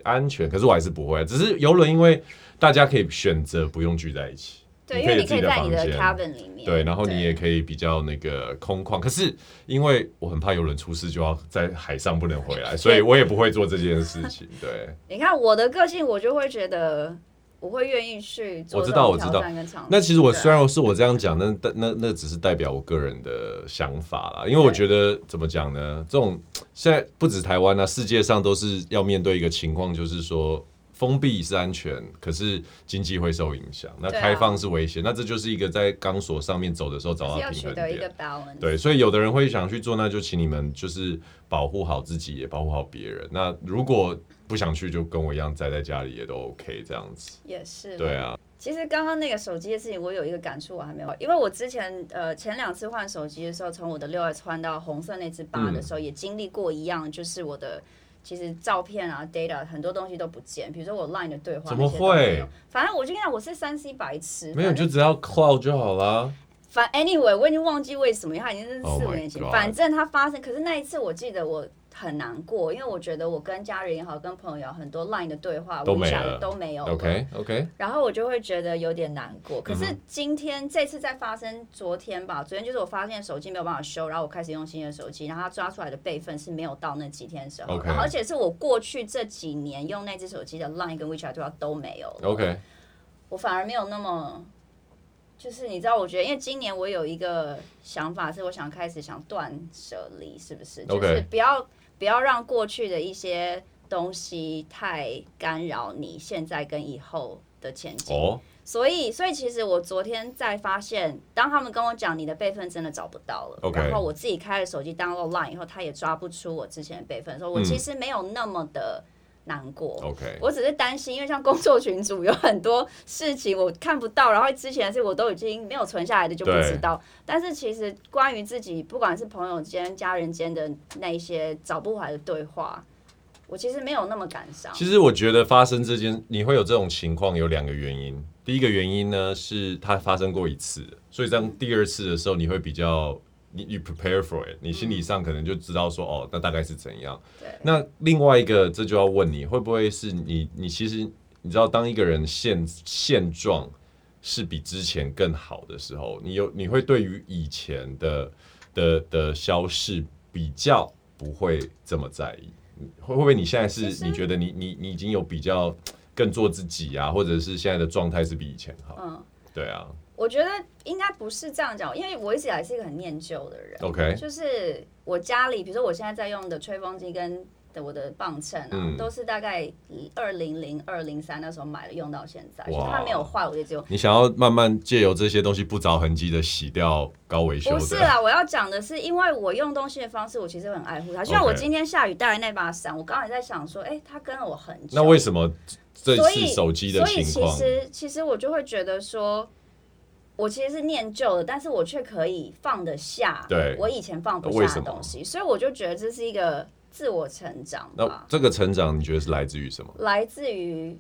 Speaker 2: 安全，可是我还是不会，啊只是游轮因为大家可以选择不用聚在一起，
Speaker 1: 对，因为你
Speaker 2: 有自
Speaker 1: 可以
Speaker 2: 己的
Speaker 1: 在
Speaker 2: 房
Speaker 1: 你的
Speaker 2: 间。
Speaker 1: cabin 里面。
Speaker 2: 对，然后你
Speaker 1: 对
Speaker 2: 也可以比较那个空旷，可是因为我很怕游轮出事，就要在海上不能回来，所以我也不会做这件事情。对，
Speaker 1: 你看我的个性，我就会觉得我会愿意去做
Speaker 2: 我知
Speaker 1: 这
Speaker 2: 道
Speaker 1: 种
Speaker 2: 我知
Speaker 1: 挑
Speaker 2: 道
Speaker 1: 战跟尝试。
Speaker 2: 那其实我
Speaker 1: 对啊
Speaker 2: 虽然我是我这样讲，那但那那只是代表我个人的想法啦，因为我觉得怎么讲呢？这种现在不止台湾啊，世界上都是要面对一个情况，就是说封闭是安全，可是经济会受影响，那
Speaker 1: 对啊
Speaker 2: 开放是危险，那这就是一个在钢索上面走的时候找
Speaker 1: 是
Speaker 2: 到
Speaker 1: 要
Speaker 2: 平
Speaker 1: 取
Speaker 2: 衡
Speaker 1: 得一个
Speaker 2: 点。
Speaker 1: balance。
Speaker 2: 对，所以有的人会想去做，那就请你们就是保护好自己，也保护好别人。那如果不想去，就跟我一样宅在家里也都 OK 这样子。
Speaker 1: 也是。
Speaker 2: 对啊，
Speaker 1: 其实刚刚那个手机的事情，我有一个感触，我还没有，因为我之前呃前两次换手机的时候，从我的六 S 换到红色那只八的时
Speaker 2: 嗯
Speaker 1: 候，也经历过一样，就是我的其实照片啊、data 很多东西都不见，比如说我 Line 的对话，
Speaker 2: 怎么会？
Speaker 1: 反正我就跟你讲，我是三 C 白痴，
Speaker 2: 没有，
Speaker 1: 反
Speaker 2: 你
Speaker 1: 正
Speaker 2: 就只要 cloud 就好啦。
Speaker 1: 反 anyway，我已经忘记为什么，因为它已经是四
Speaker 2: Oh
Speaker 1: 五
Speaker 2: my
Speaker 1: 年前。
Speaker 2: God
Speaker 1: 反正它发生，可是那一次我记得我很难过，因为我觉得我跟家人也好，跟朋友也好很多 Line 的对话，
Speaker 2: 都没
Speaker 1: WeChat
Speaker 2: 了
Speaker 1: 都没有了
Speaker 2: OK OK，
Speaker 1: 然后我就会觉得有点难
Speaker 2: 嗯
Speaker 1: 过。可是今天、这次再发生，昨天吧，昨天就是我发现手机没有办法修，然后我开始用新的手机，然后它抓出来的备份是没有到那几天的时候
Speaker 2: OK
Speaker 1: 然后而且是我过去这几年用那只手机的 Line 跟 WeChat 对话都没有了
Speaker 2: OK，
Speaker 1: 我反而没有那么。就是你知道，我觉得，因为今年我有一个想法，是我想开始想断舍离，是不是？就
Speaker 2: OK
Speaker 1: 是不要不要让过去的一些东西太干扰你现在跟以后的前进。
Speaker 2: 哦，
Speaker 1: 所以，所以其实我昨天在发现，当他们跟我讲你的备份真的找不到了
Speaker 2: OK
Speaker 1: 然后我自己开了手机 download Line 以后，他也抓不出我之前的备份的时候，我
Speaker 2: 嗯
Speaker 1: 其实没有那么的难过。
Speaker 2: OK
Speaker 1: 我只是担心，因为像工作群组有很多事情我看不到，然后之前的事我都已经没有存下来的就不
Speaker 2: 对
Speaker 1: 知道。但是其实关于自己，不管是朋友间、家人间的那一些找不回来的对话，我其实没有那么感伤。
Speaker 2: 其实我觉得发生这件，你会有这种情况有两个原因。第一个原因呢是它发生过一次，所以当第二次的时候，你会比较你你 prepare for it，你心理上可能就知道说哦，那大概是怎样。
Speaker 1: 对
Speaker 2: 那另外一个，这就要问你，会不会是你你其实你知道，当一个人现现状是比之前更好的时候，你有你会对于以前的的的消逝比较不会这么在意，会会不会你现在是
Speaker 1: 其实
Speaker 2: 你觉得你你你已经有比较更做自己啊，或者是现在的状态是比以前好？
Speaker 1: 嗯，
Speaker 2: 对啊
Speaker 1: 我觉得应该不是这样讲，因为我一直以来是一个很念旧的人。
Speaker 2: ，OK，
Speaker 1: 就是我家里，比如说我现在在用的吹风机跟的我的磅秤啊，
Speaker 2: 嗯
Speaker 1: 都是大概二零零二零三那时候买的，用到现在，
Speaker 2: 哇
Speaker 1: 就是它没有坏，我就只有。
Speaker 2: 你想要慢慢借由这些东西不着痕迹的洗掉高维修
Speaker 1: 不是啊
Speaker 2: 的，
Speaker 1: 啦，我要讲的是，因为我用东西的方式，我其实很爱护它。就像
Speaker 2: OK
Speaker 1: 我今天下雨带来那把伞，我刚才在想说，哎、它跟了我很久。
Speaker 2: 那为什么这
Speaker 1: 所
Speaker 2: 次
Speaker 1: 以
Speaker 2: 手机的情
Speaker 1: 所以
Speaker 2: 况
Speaker 1: 其？实其实我就会觉得说，我其实是念旧的，但是我却可以放得下，
Speaker 2: 对
Speaker 1: 我以前放不
Speaker 2: 为
Speaker 1: 下
Speaker 2: 什
Speaker 1: 的
Speaker 2: 么
Speaker 1: 东西，所以我就觉得这是一个自我成长
Speaker 2: 那
Speaker 1: 吧，
Speaker 2: 这个成长，你觉得是来自于什么？
Speaker 1: 来自于。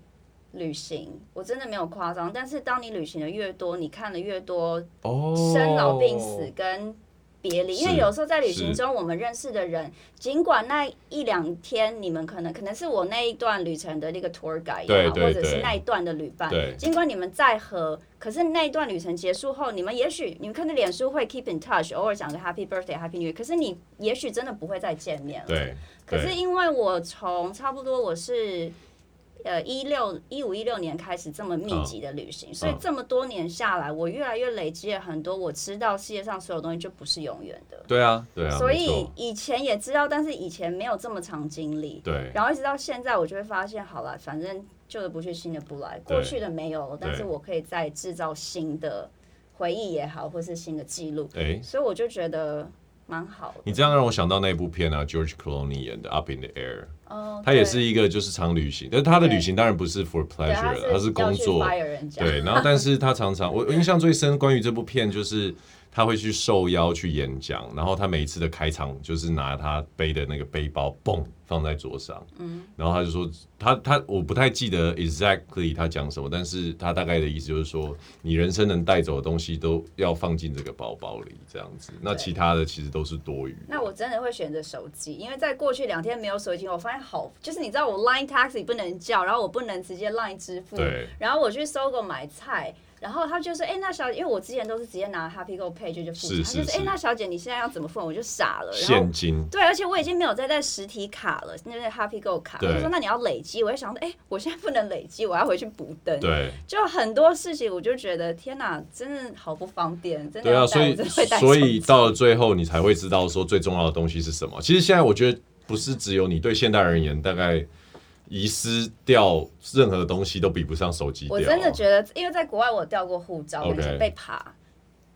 Speaker 1: 旅行，我真的没有夸张，但是当你旅行的越多，你看的越多
Speaker 2: 哦
Speaker 1: 生老病死跟别离，因为
Speaker 2: 是
Speaker 1: 有时候在旅行
Speaker 2: 是
Speaker 1: 中，我们认识的人，尽管那一两天你们可能可能是我那一段旅程的那个 tour guide，也
Speaker 2: 对
Speaker 1: 好
Speaker 2: 对
Speaker 1: 或者是
Speaker 2: 对
Speaker 1: 那一段的旅伴
Speaker 2: 对，
Speaker 1: 尽管你们再合，可是那一段旅程结束后，你们也许你们看着脸书会 keep in touch，偶尔讲个 Happy Birthday、Happy New Year，可是你也许真的不会再见面了。
Speaker 2: 对，
Speaker 1: 可是
Speaker 2: 对
Speaker 1: 因为我从差不多我是呃一六一五一六年开始这么
Speaker 2: 嗯
Speaker 1: 密集的旅行，所以这么多年下来，我越来越累积了很多我知道世界上所有东西就不是永远的，
Speaker 2: 对啊，对啊，
Speaker 1: 所
Speaker 2: 没
Speaker 1: 以
Speaker 2: 错
Speaker 1: 以前也知道，但是以前没有这么长经历。
Speaker 2: 对
Speaker 1: 然后一直到现在，我就会发现，好了，反正旧的不去，新的不来，
Speaker 2: 对
Speaker 1: 过去的没有了，但是
Speaker 2: 对
Speaker 1: 我可以再制造新的回忆也好，或是新的记录，
Speaker 2: 哎、
Speaker 1: 所以我就觉得蛮好的。
Speaker 2: 你这样让我想到那部片啊，George Clooney 演的《Up in the Air》，
Speaker 1: 哦，
Speaker 2: 他也
Speaker 1: 对
Speaker 2: 是一个就是常旅行，但是他的
Speaker 1: 对
Speaker 2: 旅行当然不是 for
Speaker 1: 对他
Speaker 2: pleasure，他是
Speaker 1: 要
Speaker 2: 工
Speaker 1: 去
Speaker 2: 作，
Speaker 1: fire 人家
Speaker 2: 对，然后但是他常常我我印象最深关于这部片就是他会去受邀去演讲，然后他每一次的开场就是拿他背的那个背包嘣放在桌上，嗯，然后他就说他他我不太记得 exactly 他讲什么，但是他大概的意思就是说你人生能带走的东西都要放进这个包包里这样子，那
Speaker 1: 对
Speaker 2: 其他的其实都是多余的。
Speaker 1: 那我真的会选择手机，因为在过去两天没有手机，我发现好，就是你知道我 Line Taxi 不能叫，然后我不能直接 Line 支付，
Speaker 2: 对
Speaker 1: 然后我去搜狗买菜，然后他就说：“哎、那小姐，因为我之前都是直接拿 Happy Go Pay 就就付钱，
Speaker 2: 是
Speaker 1: 他就是说：哎、
Speaker 2: 是
Speaker 1: 那小姐，你现在要怎么付？我就傻了。然后
Speaker 2: 现金，
Speaker 1: 对，而且我已经没有再带实体卡了，那是 Happy Go 卡。
Speaker 2: 对
Speaker 1: 他说：那你要累积。我就想说，哎、我现在不能累积，我要回去补灯。
Speaker 2: 对
Speaker 1: 就很多事情，我就觉得天哪，真的好不方便，真的
Speaker 2: 对
Speaker 1: 要带
Speaker 2: 啊，所
Speaker 1: 我
Speaker 2: 以
Speaker 1: 真的会带
Speaker 2: 所以
Speaker 1: 手机
Speaker 2: 到了最后，你才会知道说最重要的东西是什么。其实现在我觉得不是只有你，对现代人而言，大概遗失掉任何东西都比不上手机掉 啊。
Speaker 1: 我真的觉得，因为在国外我掉过护照，我
Speaker 2: OK
Speaker 1: 是被爬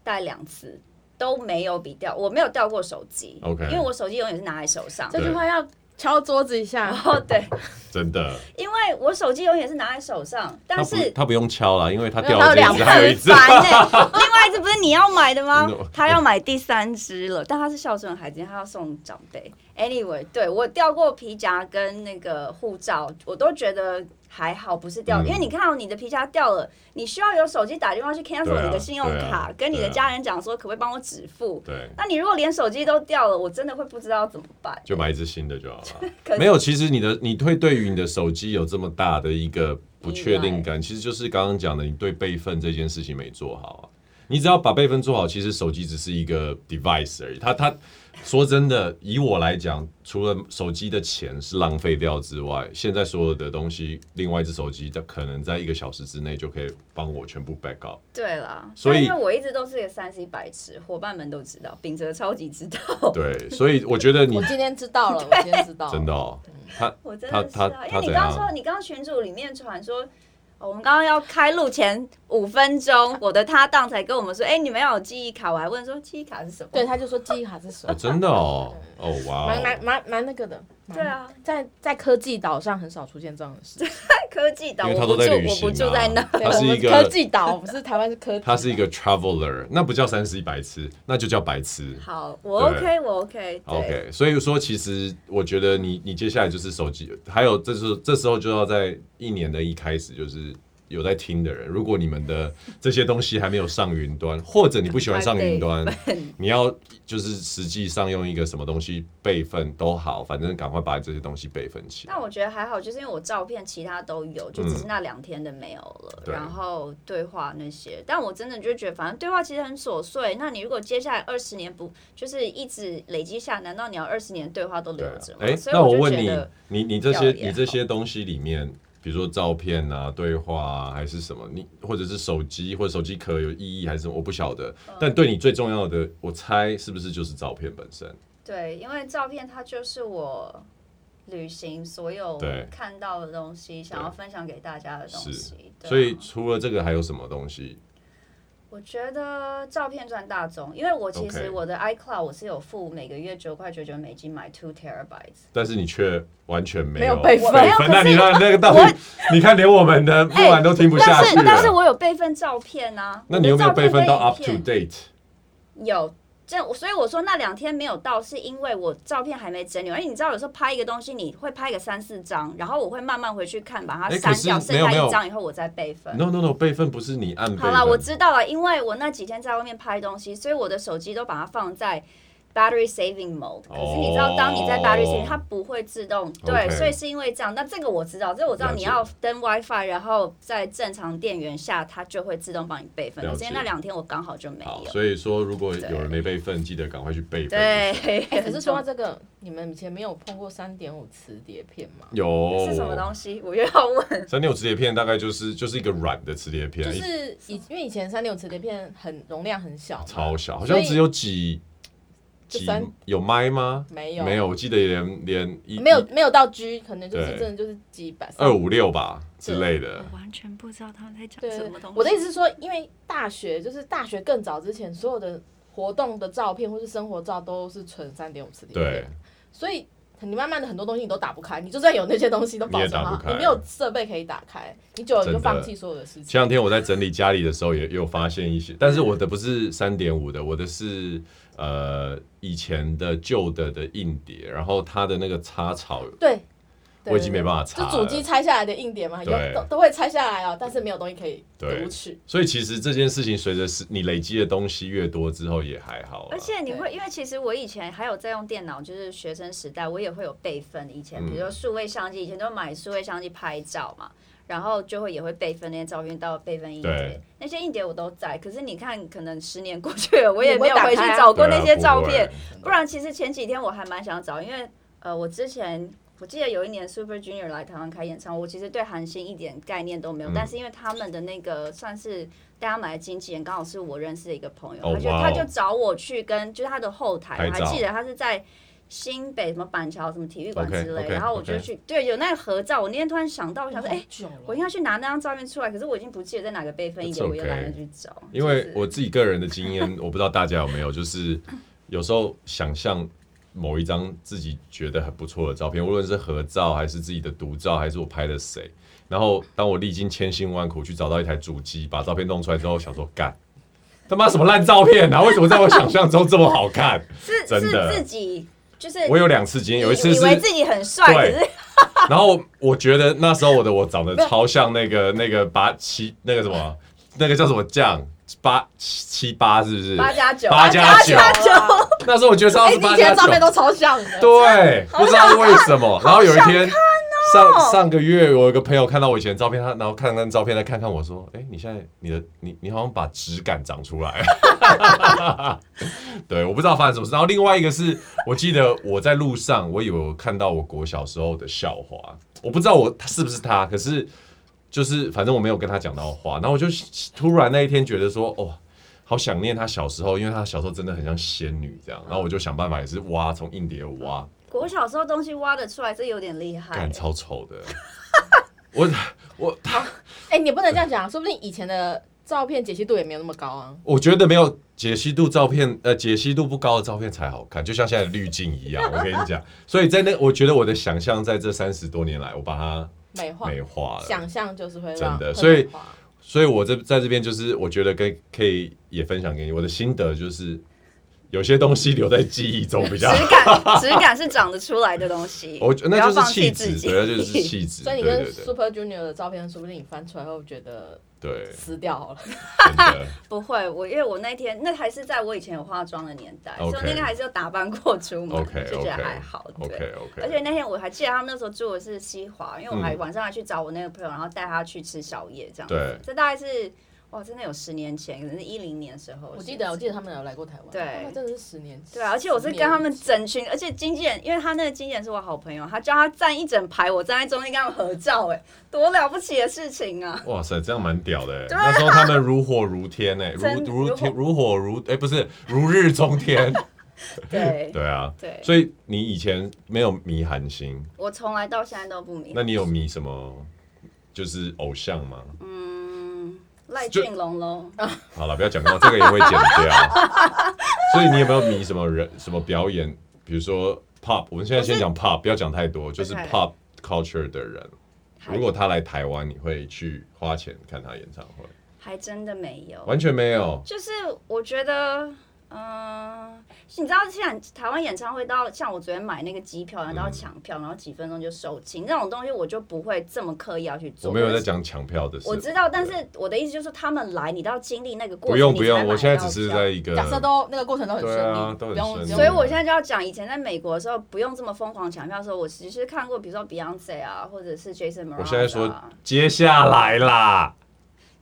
Speaker 1: 带两次。都没有比掉，我没有掉过手机
Speaker 2: OK
Speaker 1: 因为我手机永远是拿在手上。
Speaker 3: 这句话要敲桌子一下
Speaker 1: 然，后对，
Speaker 2: 真的，
Speaker 1: 因为我手机永远是拿在手上，
Speaker 2: 他
Speaker 1: 但
Speaker 2: 不
Speaker 1: 是
Speaker 2: 他不用敲啦，因为他掉了
Speaker 3: 他有
Speaker 2: 这一
Speaker 3: 两
Speaker 2: 只，
Speaker 3: 只
Speaker 2: 还有一
Speaker 1: 很
Speaker 2: 只
Speaker 1: 烦。 哎、另外一只不是你要买的吗
Speaker 2: No？
Speaker 1: 他要买第三只了，但他是孝顺的孩子，他要送长辈。Anyway，对我掉过皮夹跟那个护照，我都觉得还好，不是掉，
Speaker 2: 嗯
Speaker 1: 因为你看到哦你的皮夹掉了，你需要有手机打电话去 cancel
Speaker 2: 对啊
Speaker 1: 你的信用
Speaker 2: 对啊
Speaker 1: 卡，
Speaker 2: 对啊
Speaker 1: 跟你的家人讲说可不可以帮我止付。
Speaker 2: 对，
Speaker 1: 那你如果连手机都掉了，我真的会不知道怎么办。
Speaker 2: 就买一只新的就 好
Speaker 1: 可
Speaker 2: 了。
Speaker 1: 是
Speaker 2: 没有，其实你的你会对于你的手机有这么大的一个不确定感，其实就是刚刚讲的，你对备份这件事情没做好啊。你只要把备份做好，其实手机只是一个 device 而已。它它说真的，以我来讲，除了手机的钱是浪费掉之外，现在所有的东西，另外一只手机它可能在一个小时之内就可以帮我全部 back up。
Speaker 1: 对啦，
Speaker 2: 所以
Speaker 1: 但因为我一直都是一个三 C 白痴，伙伴们都知道，秉哲超级知道。
Speaker 2: 对，所以我觉得你
Speaker 3: 我今天知 道了，我今天知道了，
Speaker 2: 真的哦，他
Speaker 1: 我真
Speaker 2: 他
Speaker 1: 的是啊
Speaker 2: 他，
Speaker 1: 因
Speaker 2: 他
Speaker 1: 为你
Speaker 2: 怎
Speaker 1: 刚刚说，
Speaker 2: 样？
Speaker 1: 你刚刚群组里面传说，哦我们刚刚要开录前五分钟，我的搭档才跟我们说，哎、你们要有记忆卡，我还问说记忆卡是什么？
Speaker 3: 对，他就说记忆卡是什
Speaker 2: 哦，
Speaker 3: 么，
Speaker 2: 真的哦，哦哇
Speaker 3: 蛮
Speaker 2: 哦
Speaker 3: 蛮。蛮蛮那个的，蛮
Speaker 1: 对，啊，
Speaker 3: 在在科技岛上很少出现这样 的事，
Speaker 1: 在科技岛，
Speaker 2: 因为
Speaker 1: 我
Speaker 2: 他
Speaker 1: 不
Speaker 2: 都
Speaker 1: 住
Speaker 2: 在旅，
Speaker 1: 我
Speaker 2: 行、
Speaker 1: 不
Speaker 2: 啊，
Speaker 1: 住在那。
Speaker 3: 对
Speaker 2: 他是
Speaker 3: 我
Speaker 2: 一
Speaker 3: 们科
Speaker 2: 个
Speaker 3: 技岛，不是台湾是科技岛，
Speaker 2: 他是一个 traveler，那不叫三 C 白痴，那就叫白痴。
Speaker 1: 好，我 OK，我 OK，对
Speaker 2: OK，所以说其实我觉得你你接下来就是手机，还有这是这时候就要在一年的一开始就是。有在听的人，如果你们的这些东西还没有上云端，或者你不喜欢上云端，
Speaker 1: 啊
Speaker 2: 你要就是实际上用一个什么东西备份都好，反正赶快把这些东西备份起来
Speaker 1: 但。我觉得还好，就是因为我照片其他都有，就只是那两天的没有了。
Speaker 2: 嗯对
Speaker 1: 然后对话那些，但我真的就觉得，反正对话其实很琐碎。那你如果接下来二十年不就是一直累积下，难道你要二十年对话都留
Speaker 2: 对啊
Speaker 1: 着吗？
Speaker 2: 哎，
Speaker 1: 所以
Speaker 2: 那我
Speaker 1: 就
Speaker 2: 问
Speaker 1: 觉
Speaker 2: 你
Speaker 1: 得，
Speaker 2: 你你这
Speaker 1: 要
Speaker 2: 些
Speaker 1: 也
Speaker 2: 你这
Speaker 1: 好
Speaker 2: 些东西里面，比如说照片啊、对话啊，还是什么，你或者是手机或者手机壳有意义还是什么，我不晓得。
Speaker 1: 嗯
Speaker 2: 但对你最重要的，我猜是不是就是照片本身？
Speaker 1: 对，因为照片它就是我旅行所有
Speaker 2: 对
Speaker 1: 看到的东西，想要分享给大家的东
Speaker 2: 是
Speaker 1: 西。对啊
Speaker 2: 所以除了这个还有什么东西？
Speaker 1: 我觉得照片赚大众，因为我其实
Speaker 2: OK
Speaker 1: 我的 iCloud 我是有付每个月九块九九美金买 two terabytes。
Speaker 2: 但是你却完全没
Speaker 3: 没有
Speaker 2: 有
Speaker 3: 备份
Speaker 1: 没有可
Speaker 2: 那
Speaker 1: 是哎
Speaker 2: 你那那个到底，你看连我们的录完都听不下
Speaker 1: 但
Speaker 2: 去
Speaker 1: 是但是
Speaker 2: 了。
Speaker 1: 我有备份照片啊，
Speaker 2: 那你有没有备份到
Speaker 1: 我
Speaker 2: up
Speaker 1: 的照
Speaker 2: to
Speaker 1: 片跟影片
Speaker 2: date？
Speaker 1: 有。这所以我说那两天没有到，是因为我照片还没整理。因为你知道，有时候拍一个东西，你会拍个三四张，然后我会慢慢回去看，把它
Speaker 2: 哎
Speaker 1: 删
Speaker 2: 可是
Speaker 1: 掉，
Speaker 2: 没
Speaker 1: 剩
Speaker 2: 有
Speaker 1: 下
Speaker 2: 没有
Speaker 1: 一张以后我再备份。
Speaker 2: No no no，备份不是你按备
Speaker 1: 好
Speaker 2: 份。
Speaker 1: 啦，我知道了，因为我那几天在外面拍东西，所以我的手机都把它放在 battery saving mode。可是你知道，当你在 battery saving，、
Speaker 2: 哦
Speaker 1: 它不会自动对
Speaker 2: OK
Speaker 1: 所以是因为这样。那这个我知道，这个我知道，
Speaker 2: 了解
Speaker 1: 你要登 WiFi，然后在正常电源下，它就会自动帮你备份。
Speaker 2: 了
Speaker 1: 可是
Speaker 2: 解
Speaker 1: 因为那两天我刚好就没
Speaker 2: 好，
Speaker 1: 有。
Speaker 2: 所以说如果有人没备份，记得赶快去备份。
Speaker 1: 对，
Speaker 3: 哎，可是说到这个，你们以前没有碰过三点五磁碟片吗？
Speaker 2: 有
Speaker 1: 是什么东西，我又要问。
Speaker 2: 三六磁碟片大概就是就是一个软的磁碟片，
Speaker 3: 就
Speaker 2: 一
Speaker 3: 是以因为以前三点五磁碟片很容量很小嘛，
Speaker 2: 超小，好
Speaker 3: 所
Speaker 2: 像
Speaker 3: 以
Speaker 2: 只有几
Speaker 3: 就
Speaker 2: 几
Speaker 3: 三
Speaker 2: 有麦吗？
Speaker 3: 没有
Speaker 2: 没有，我记得连连一
Speaker 3: 没有没有到 G，可能就是
Speaker 2: 对
Speaker 3: 真的就是几百
Speaker 2: 二五六吧之类的。
Speaker 1: 完全不知道他们在讲
Speaker 3: 对，我的意思是说，因为大学就是大学更早之前，所有的活动的照片或是生活照都是存三点五磁碟
Speaker 2: 对
Speaker 3: 片，，所以你慢慢的很多东西你都打不开，你就算有那些东西都保存
Speaker 2: 你也打
Speaker 3: 好
Speaker 2: 不，开
Speaker 3: 你没有设备可以打开，你久了你
Speaker 2: 真
Speaker 3: 就
Speaker 2: 的
Speaker 3: 放弃所有的事情。
Speaker 2: 前两天我在整理家里的时候也也有发现一些，但是我的不是三点五的，我的是呃以前的旧的的硬碟，然后它的那个插槽
Speaker 3: 对，对
Speaker 2: 我已经没办法
Speaker 3: 就
Speaker 2: 插
Speaker 3: 主
Speaker 2: 了。
Speaker 3: 机拆下来的硬碟嘛，有
Speaker 2: 对
Speaker 3: 都都会拆下来哦，但是没有东西可以
Speaker 2: 对
Speaker 3: 读取。
Speaker 2: 所以其实这件事情随着是你累积的东西越多之后也还好啊，
Speaker 1: 而且你
Speaker 3: 对
Speaker 1: 会，因为其实我以前还有在用电脑，就是学生时代，我也会有备份。以前
Speaker 2: 嗯
Speaker 1: 比如说数位相机，以前都买数位相机拍照嘛。然后就会也会备份那些照片到备份硬碟
Speaker 2: 对，
Speaker 1: 那些硬碟我都在。可是你看，可能十年过去了，我也
Speaker 3: 不会
Speaker 1: 没有
Speaker 3: 打
Speaker 1: 回去
Speaker 3: 开啊
Speaker 1: 找过
Speaker 2: 对啊
Speaker 1: 那些
Speaker 2: 不
Speaker 1: 照
Speaker 2: 会
Speaker 1: 片。不然其实前几天我还蛮想找，因为呃，我之前我记得有一年 Super Junior 来台湾开演唱会，我其实对韩星一点概念都没有，
Speaker 2: 嗯
Speaker 1: 但是因为他们的那个算是带他们来的经纪人，刚好是我认识的一个朋友，
Speaker 2: 哦
Speaker 1: 他就、
Speaker 2: 哇哦
Speaker 1: 他就找我去跟就是他的后台，
Speaker 2: 拍
Speaker 1: 我还
Speaker 2: 照
Speaker 1: 记得他是在。新北什么板桥什么体育馆之类
Speaker 2: OK，OK，
Speaker 1: 然后我就
Speaker 2: OK
Speaker 1: 去对有那个合照，我那天突然想到，我想说，哎、
Speaker 3: 久了
Speaker 1: 我应该去拿那张照片出来，可是我已经不记得在哪个备份一
Speaker 2: It's
Speaker 1: 点，我又
Speaker 2: okay
Speaker 1: 懒得去找。
Speaker 2: 因为
Speaker 1: 就是
Speaker 2: 我自己个人的经验， 我不知道大家有没有，就是有时候想象某一张自己觉得很不错的照片，无论是合照还是自己的独照，还是我拍的谁，然后当我历经千辛万苦去找到一台主机，把照片弄出来之后，想说干。他妈什么烂照片啊！为什么在我想象中这么 好看？
Speaker 1: 是
Speaker 2: 真的
Speaker 1: 是自己就是
Speaker 2: 我有两次经验，有一次
Speaker 1: 以
Speaker 2: 是
Speaker 1: 以为自己很帅，可
Speaker 2: 对
Speaker 1: 是
Speaker 2: 然后我觉得那时候我的我长得超像 那个那个八七那个什么啊那个叫什么酱八七七八是不是？
Speaker 1: 八加九，
Speaker 2: 八加九
Speaker 1: 八加九，
Speaker 2: 那时候我觉得是二
Speaker 3: 哎，
Speaker 2: 十
Speaker 3: 你以
Speaker 2: 八
Speaker 3: 前
Speaker 2: 加
Speaker 3: 的照片
Speaker 2: 九，
Speaker 3: 都超像的，
Speaker 2: 对，不知道为什么。然后有一天
Speaker 3: 哦
Speaker 2: 上上个月，我有个朋友看到我以前的照片，他然后看看照片，再看看我说，哎，你现在你的你你好像把质感长出来。 对，我不知道发生什么事。然后另外一个是我记得我在路上，我以为我看到我国小时候的校花，我不知道我他是不是他，可是就是反正我没有跟他讲到话。然后我就突然那一天觉得说，哦，好想念他小时候，因为他小时候真的很像仙女这样。然后我就想办法也是挖，从硬碟挖，
Speaker 1: 国小时候东西挖得出来，这有点厉害
Speaker 2: 干。超丑的。 我我他
Speaker 3: 哎，你不能这样讲，说不定以前的照片解析度也没有那么高啊。
Speaker 2: 我觉得没有解析度照片，呃，解析度不高的照片才好看，就像现在的滤镜 一样。我跟你讲，所以在那，我觉得我的想象在这三十多年来，我把它
Speaker 3: 美化，
Speaker 2: 美化了。
Speaker 3: 想象就是会
Speaker 2: 真
Speaker 3: 让
Speaker 2: 的
Speaker 3: 会
Speaker 2: 所以
Speaker 3: 美化
Speaker 2: 所以我这在这边就是，我觉得跟可以也分享给你我的心得，就是有些东西留在记忆中比
Speaker 1: 质
Speaker 2: 较好。
Speaker 1: 感， 质感是长得出来的东西。
Speaker 2: 我觉得
Speaker 1: 不
Speaker 2: 那
Speaker 1: 要
Speaker 2: 就
Speaker 1: 放
Speaker 2: 是
Speaker 1: 弃
Speaker 2: 气质
Speaker 1: 自，己。
Speaker 2: 对，那就是气质。
Speaker 3: 所
Speaker 2: 对
Speaker 3: 以你
Speaker 2: 对
Speaker 3: 跟
Speaker 2: 对
Speaker 3: Super Junior 的照片，说不定你翻出来后觉得
Speaker 2: 对，
Speaker 3: 撕掉好了。
Speaker 2: 真 的
Speaker 1: 不会，我因为我那天那还是在我以前有化妆的年代，所
Speaker 2: OK
Speaker 1: 以我那天还是有打扮过出门
Speaker 2: OK，
Speaker 1: 就觉得
Speaker 2: OK，
Speaker 1: 还好。对。
Speaker 2: OK
Speaker 1: 而且
Speaker 2: OK。
Speaker 1: 那天我还记得他们那时候住的是西华，因为我还
Speaker 2: 嗯
Speaker 1: 晚上还去找我那个朋友，然后带他去吃宵夜这样子。
Speaker 2: 对
Speaker 1: 这大概是哇，真的有十年前，可能是一零年的时候。
Speaker 3: 我记得，我记得他们有来过台湾，
Speaker 1: 对
Speaker 3: 他们真的是十年。
Speaker 1: 对啊，而且我是跟他们整群，而且经纪人，因为他那个经纪人是我好朋友，他叫他站一整排，我站在中间跟他们合照、哎，多了不起的事情 啊！
Speaker 2: 哇塞，这样蛮屌的欸。那时候他们如火如天哎，
Speaker 1: 真
Speaker 2: 如
Speaker 1: 如
Speaker 2: 如
Speaker 1: 火
Speaker 2: 天如火如哎，不是如日中天。
Speaker 1: 对
Speaker 2: 对啊，
Speaker 1: 对，
Speaker 2: 所以你以前没有迷韩星，
Speaker 1: 我从来到现在都不明
Speaker 2: 那。你有迷什么？就是偶像吗？
Speaker 1: 嗯，赖
Speaker 2: 就
Speaker 1: 俊龙喽，
Speaker 2: 好了，不要讲到这个也会剪掉。 所以你有没有迷什么人、什么表演？比如说 pop，我们现在先讲 pop，不要讲太多，就是
Speaker 1: OK
Speaker 2: pop culture 的人。
Speaker 1: 还
Speaker 2: 如果他来台湾，你会去花钱看他演唱会？
Speaker 1: 还真的没有。
Speaker 2: 完全没有。
Speaker 1: 就是我觉得，嗯、你知道现在台湾演唱会到像我昨天买那个机票，然后都要
Speaker 2: 嗯
Speaker 1: 抢票，然后几分钟就售罄，那种东西我就不会这么刻意要去做。
Speaker 2: 我没有在讲抢票的事。
Speaker 1: 我知道，但是我的意思就是说，他们来，你都要经历那个过程。
Speaker 2: 不用
Speaker 1: 你
Speaker 2: 不
Speaker 1: 才
Speaker 2: 用，
Speaker 1: 买
Speaker 2: 我现在
Speaker 1: 到
Speaker 2: 只是
Speaker 1: 票
Speaker 2: 在一个
Speaker 3: 假设都那个过程都很顺
Speaker 2: 啊对啊都很
Speaker 3: 利，不用
Speaker 2: 顺利
Speaker 3: 不用
Speaker 1: 所以我现在就要讲，以前在美国的时候，不用这么疯狂抢票的时候，我其实看过，比如说 Beyonce 啊，或者是 Jason Mraz、啊。
Speaker 2: 我现在说接下来啦。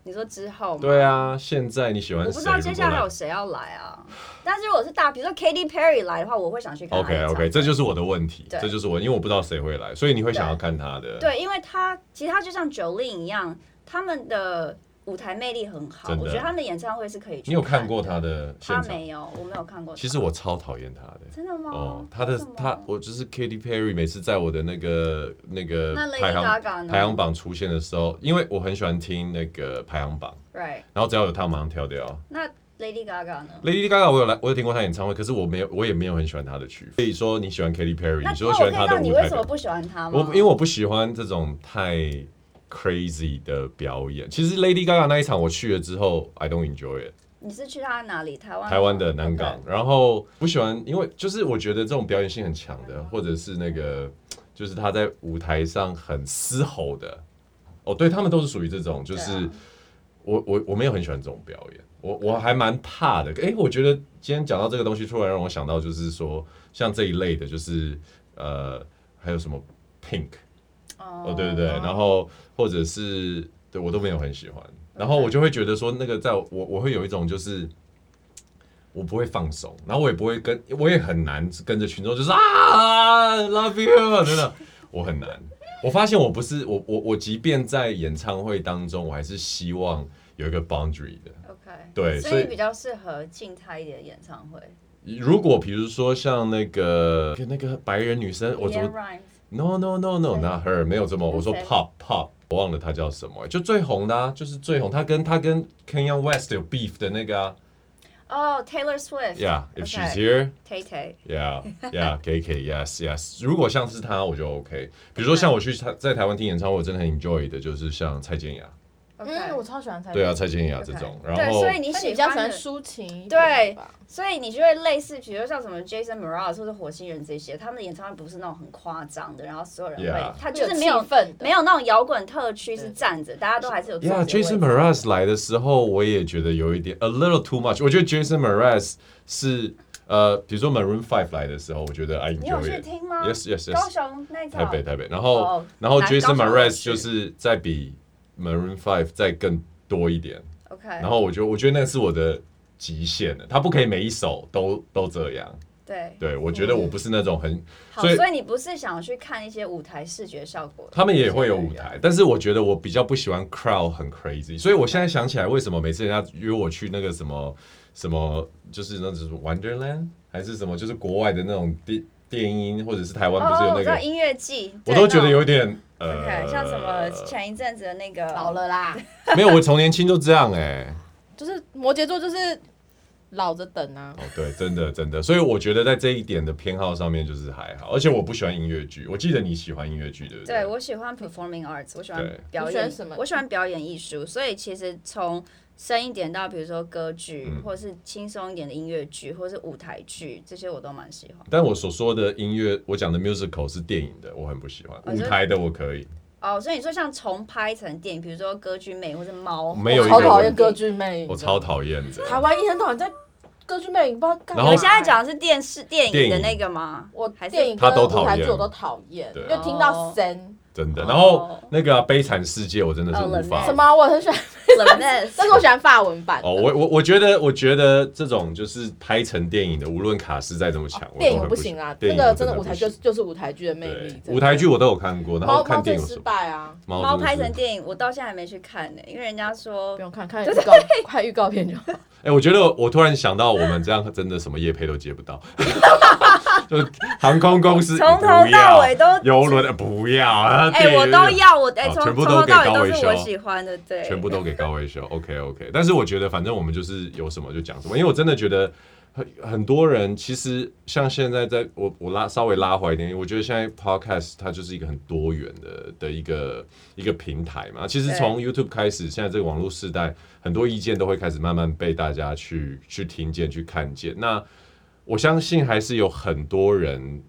Speaker 1: 你说之后吗？
Speaker 2: 对啊，现在你喜欢
Speaker 1: 我
Speaker 2: 谁？
Speaker 1: 不知道接下来还
Speaker 2: 如果
Speaker 1: 有谁要来啊。但是如果是大，比如说 Katy Perry 来的话，我会想去看她
Speaker 2: OK
Speaker 1: 演唱会。
Speaker 2: OK，这就是我的问题，
Speaker 1: 对
Speaker 2: 这就是我，因为我不知道谁会来，所以你会想要
Speaker 1: 对
Speaker 2: 看他的。
Speaker 1: 对，因为他其实他就像 Jolin 一样，他们的舞台魅力很好，
Speaker 2: 真的
Speaker 1: 我觉得他们的演唱会是可以去。
Speaker 2: 你有看过？他的现
Speaker 1: 他
Speaker 2: 场？
Speaker 1: 没有，我没有看过他。
Speaker 2: 其实我超讨厌他的。
Speaker 1: 真的吗？
Speaker 2: 哦，他的
Speaker 1: 为什么
Speaker 2: 他，我就是 Katy Perry，每次在我的那个那个
Speaker 1: 那 Lady
Speaker 2: 排
Speaker 1: Gaga
Speaker 2: 行
Speaker 1: 呢
Speaker 2: 排行榜出现的时候，因为我很喜欢听那个排行榜，
Speaker 1: right
Speaker 2: 然后只要有他，马上跳掉。
Speaker 1: 那 Lady Gaga 呢？
Speaker 2: Lady Gaga 我有来，我有听过他演唱会，可是我没有，我也没有很喜欢他的曲风。所以说你喜欢 Katy
Speaker 1: 那
Speaker 2: Perry，你
Speaker 1: 那
Speaker 2: 说
Speaker 1: 我
Speaker 2: 喜
Speaker 1: 可以
Speaker 2: 欢
Speaker 1: 知道
Speaker 2: 他的
Speaker 1: 你
Speaker 2: 舞
Speaker 1: 为
Speaker 2: 台
Speaker 1: 什
Speaker 2: 表
Speaker 1: 么不喜欢他吗？
Speaker 2: 我因为我不喜欢这种太 crazy 的表演。其实 Lady Gaga 那一场我去了之后，I don't enjoy it。
Speaker 1: 你是去他哪里？台湾？
Speaker 2: 台湾的南港
Speaker 1: OK。
Speaker 2: 然后不喜欢，因为就是我觉得这种表演性很强的，或者是那个就是他在舞台上很嘶吼的，哦，对他们都是属于这种，就是、
Speaker 1: 对啊
Speaker 2: 我我我没有很喜欢这种表演，我我还蛮怕的。诶，我觉得今天讲到这个东西，突然让我想到就是说，像这一类的，就是呃，还有什么 Pink。哦，对对对，
Speaker 1: 啊
Speaker 2: 然后或者是对我都没有很喜欢，然后我就会觉得说那个在我我会有一种就是。我不会放松，然后我也不会跟，我也很难跟着群众就是啊，love you，真 的，我很难。我发现我不是我我我，即便在演唱会当中，我还是希望有一个 boundary 的。
Speaker 1: OK，
Speaker 2: 对
Speaker 1: 所
Speaker 2: 所
Speaker 1: 以
Speaker 2: 以
Speaker 1: 比较适合静态一点的演唱会。
Speaker 2: 如果比如说像那个那个白人女生，我怎
Speaker 1: Leanne
Speaker 2: 么
Speaker 1: Rimes
Speaker 2: No no no no not her，没有这么，
Speaker 1: 那
Speaker 2: 我说
Speaker 1: 谁
Speaker 2: pop pop，我忘了她叫什么、就最红的、啊，就是最红，她跟她跟 Kanye West 有 beef 的那个啊
Speaker 1: 哦，Taylor Swift。
Speaker 2: ，Yeah，if
Speaker 1: Okay
Speaker 2: she's here。
Speaker 1: Tay Tay。
Speaker 2: Yeah, yeah, K K, yes, yes。如果像是他，我就 OK。比如说像我去他在台湾听演唱会，我真的很 enjoy 的，就是像蔡健雅，
Speaker 3: 嗯，我
Speaker 1: OK。
Speaker 3: 超喜欢蔡
Speaker 2: 对啊，
Speaker 3: 健雅，
Speaker 2: 蔡健雅
Speaker 1: OK
Speaker 2: 这种。
Speaker 1: 对，
Speaker 2: 然后
Speaker 1: 所以你
Speaker 3: 但你
Speaker 1: 喜
Speaker 3: 比较喜
Speaker 1: 欢
Speaker 3: 欢
Speaker 1: 的，
Speaker 3: 抒情一点
Speaker 1: 对
Speaker 3: 吧
Speaker 1: 所以你就会类似，比如像什么 Jason Mraz 或者火星人这些，他们的演唱会不是那种很夸张的，然后所有人会
Speaker 2: Yeah，
Speaker 1: 他
Speaker 3: 会
Speaker 1: 就是没有
Speaker 3: 气氛的
Speaker 1: 没有那种摇滚特区是站着，大家都还是有自己的
Speaker 2: Yeah,
Speaker 1: 位置。
Speaker 2: Jason Mraz 来的时候，我也觉得有一点 a little too much。我觉得 Jason Mraz 是呃，比如说 Maroon Five 来的时候，我觉得 I
Speaker 1: 你有
Speaker 2: enjoy
Speaker 1: 去
Speaker 2: it。
Speaker 1: 听吗
Speaker 2: Yes, yes,
Speaker 1: 高
Speaker 2: yes。
Speaker 1: 雄那一
Speaker 2: 台
Speaker 1: 场
Speaker 2: 北，台北。然后
Speaker 1: 哦
Speaker 2: 然后
Speaker 1: 南高
Speaker 2: Jason
Speaker 1: 雄我
Speaker 2: Mraz
Speaker 1: 去
Speaker 2: 就是再比 Maroon Five 再更多一点。
Speaker 1: OK，
Speaker 2: 然后我觉得，我觉得那是我的极限了，他不可以每一首都都这样。
Speaker 1: 对，
Speaker 2: 对，我觉得
Speaker 1: 嗯
Speaker 2: 我不是那种很，
Speaker 1: 好，
Speaker 2: 所以
Speaker 1: 所以你不是想去看一些舞台视觉效果？
Speaker 2: 他们也会有舞台，但是我觉得我比较不喜欢 crowd 很 crazy，所以我现在想起来，为什么每次人家约我去那个什么什么，就是那种 Wonderland 还是什么，就是国外的那种电电音，或者是台
Speaker 1: 哦，
Speaker 2: 湾不是有
Speaker 1: 哦，我
Speaker 2: 那
Speaker 1: 知
Speaker 2: 个，
Speaker 1: 道音乐季，
Speaker 2: 我
Speaker 1: 对
Speaker 2: 都觉得。有
Speaker 1: 那种
Speaker 2: 点呃
Speaker 1: OK，像什么前一阵子的那个
Speaker 3: 老，了啦，
Speaker 2: 没有，我从年轻就这样哎、
Speaker 3: 就是摩羯座就是老着等啊。
Speaker 2: 哦，对，真的真的，所以我觉得在这一点的偏好上面就是还好，而且我不喜欢音乐剧。我记得你喜欢音乐剧，对不
Speaker 1: 对我喜欢 performing arts，我喜欢
Speaker 2: 对
Speaker 1: 表
Speaker 3: 你喜
Speaker 1: 演
Speaker 3: 欢什么
Speaker 1: 我喜欢表演艺术，所以其实从深一点到比如说歌剧，
Speaker 2: 嗯
Speaker 1: 或是轻松一点的音乐剧，或是舞台剧，这些我都蛮喜欢。
Speaker 2: 但我所说的音乐，我讲的 musical 是电影的，我很不喜欢。
Speaker 1: 哦
Speaker 2: 舞
Speaker 1: 就是
Speaker 2: 台的我可以，
Speaker 1: 哦，所以你说像重拍成电影，比如说《歌剧魅影》或是《猫》，
Speaker 2: 没有
Speaker 1: 或者
Speaker 2: 一个
Speaker 1: 是
Speaker 3: 超讨
Speaker 2: 人
Speaker 3: 厌歌剧魅影的，
Speaker 2: 我超讨厌的。
Speaker 3: 台湾一天到晚在歌剧魅影，不知道干嘛。
Speaker 2: 然后
Speaker 1: 你现在讲的是电视电
Speaker 2: 电
Speaker 1: 影
Speaker 2: 影
Speaker 1: 的那个吗？
Speaker 3: 我
Speaker 1: 还是
Speaker 3: 电影
Speaker 2: 他都
Speaker 3: 跟
Speaker 2: 讨
Speaker 3: 舞台剧
Speaker 2: 厌
Speaker 3: 我都讨厌，
Speaker 2: 对啊
Speaker 3: 因为听到神
Speaker 2: 真的。
Speaker 1: 哦
Speaker 2: 然后那个啊、悲惨世界》，我真的是无
Speaker 1: 哦
Speaker 2: 法
Speaker 3: 什。么，我很喜欢，
Speaker 1: Lemons
Speaker 3: 但是我喜欢法文版的。
Speaker 2: 哦，我我我觉得，我觉得这种就是拍成电影的，无论卡斯再怎么强，我都
Speaker 3: 电影
Speaker 2: 很
Speaker 3: 我不行啊，
Speaker 2: 电
Speaker 3: 那
Speaker 2: 影
Speaker 3: 个
Speaker 2: 我
Speaker 3: 真的
Speaker 2: 不
Speaker 3: 舞台
Speaker 2: 行
Speaker 3: 就是就是舞台剧的魅力。
Speaker 2: 对
Speaker 3: 真的
Speaker 2: 舞台剧我都有看过，然后
Speaker 3: 猫
Speaker 2: 看
Speaker 3: 猫
Speaker 2: 电
Speaker 3: 最
Speaker 2: 影我
Speaker 3: 失
Speaker 2: 是
Speaker 3: 败啊，
Speaker 2: 猫
Speaker 1: 猫
Speaker 2: 真的
Speaker 1: 拍
Speaker 2: 是
Speaker 1: 成电影，我到现在还没去看呢、因为人家说
Speaker 3: 不用看看预告，看预告片 就好。
Speaker 2: 哎、我觉得我突然想到，我们这样真的什么业配都接不到， 就是航空公司
Speaker 1: 从头
Speaker 2: 不
Speaker 1: 到
Speaker 2: 要
Speaker 1: 尾都
Speaker 2: 游轮呃不要，啊
Speaker 1: 哎、
Speaker 2: 电
Speaker 1: 我
Speaker 2: 影
Speaker 1: 都要，我哎
Speaker 2: 好
Speaker 1: 从
Speaker 2: 全部
Speaker 1: 从
Speaker 2: 都
Speaker 1: 头
Speaker 2: 给
Speaker 1: 到尾
Speaker 2: 高
Speaker 1: 都
Speaker 2: 维
Speaker 1: 是我
Speaker 2: 修
Speaker 1: 喜欢的，对，
Speaker 2: 全部都给高位修。OK OK，但是我觉得反正我们就是有什么就讲什么，因为我真的觉得很很多人其实像现在在我我拉稍微拉回一点，我觉得现在 Podcast 它就是一个很多元的的一个一个平台嘛。其实
Speaker 1: 对
Speaker 2: 从 YouTube 开始，现在这个网络时代，很多意见都会开始慢慢被大家去去听见、去看见。那我相信还是有很多人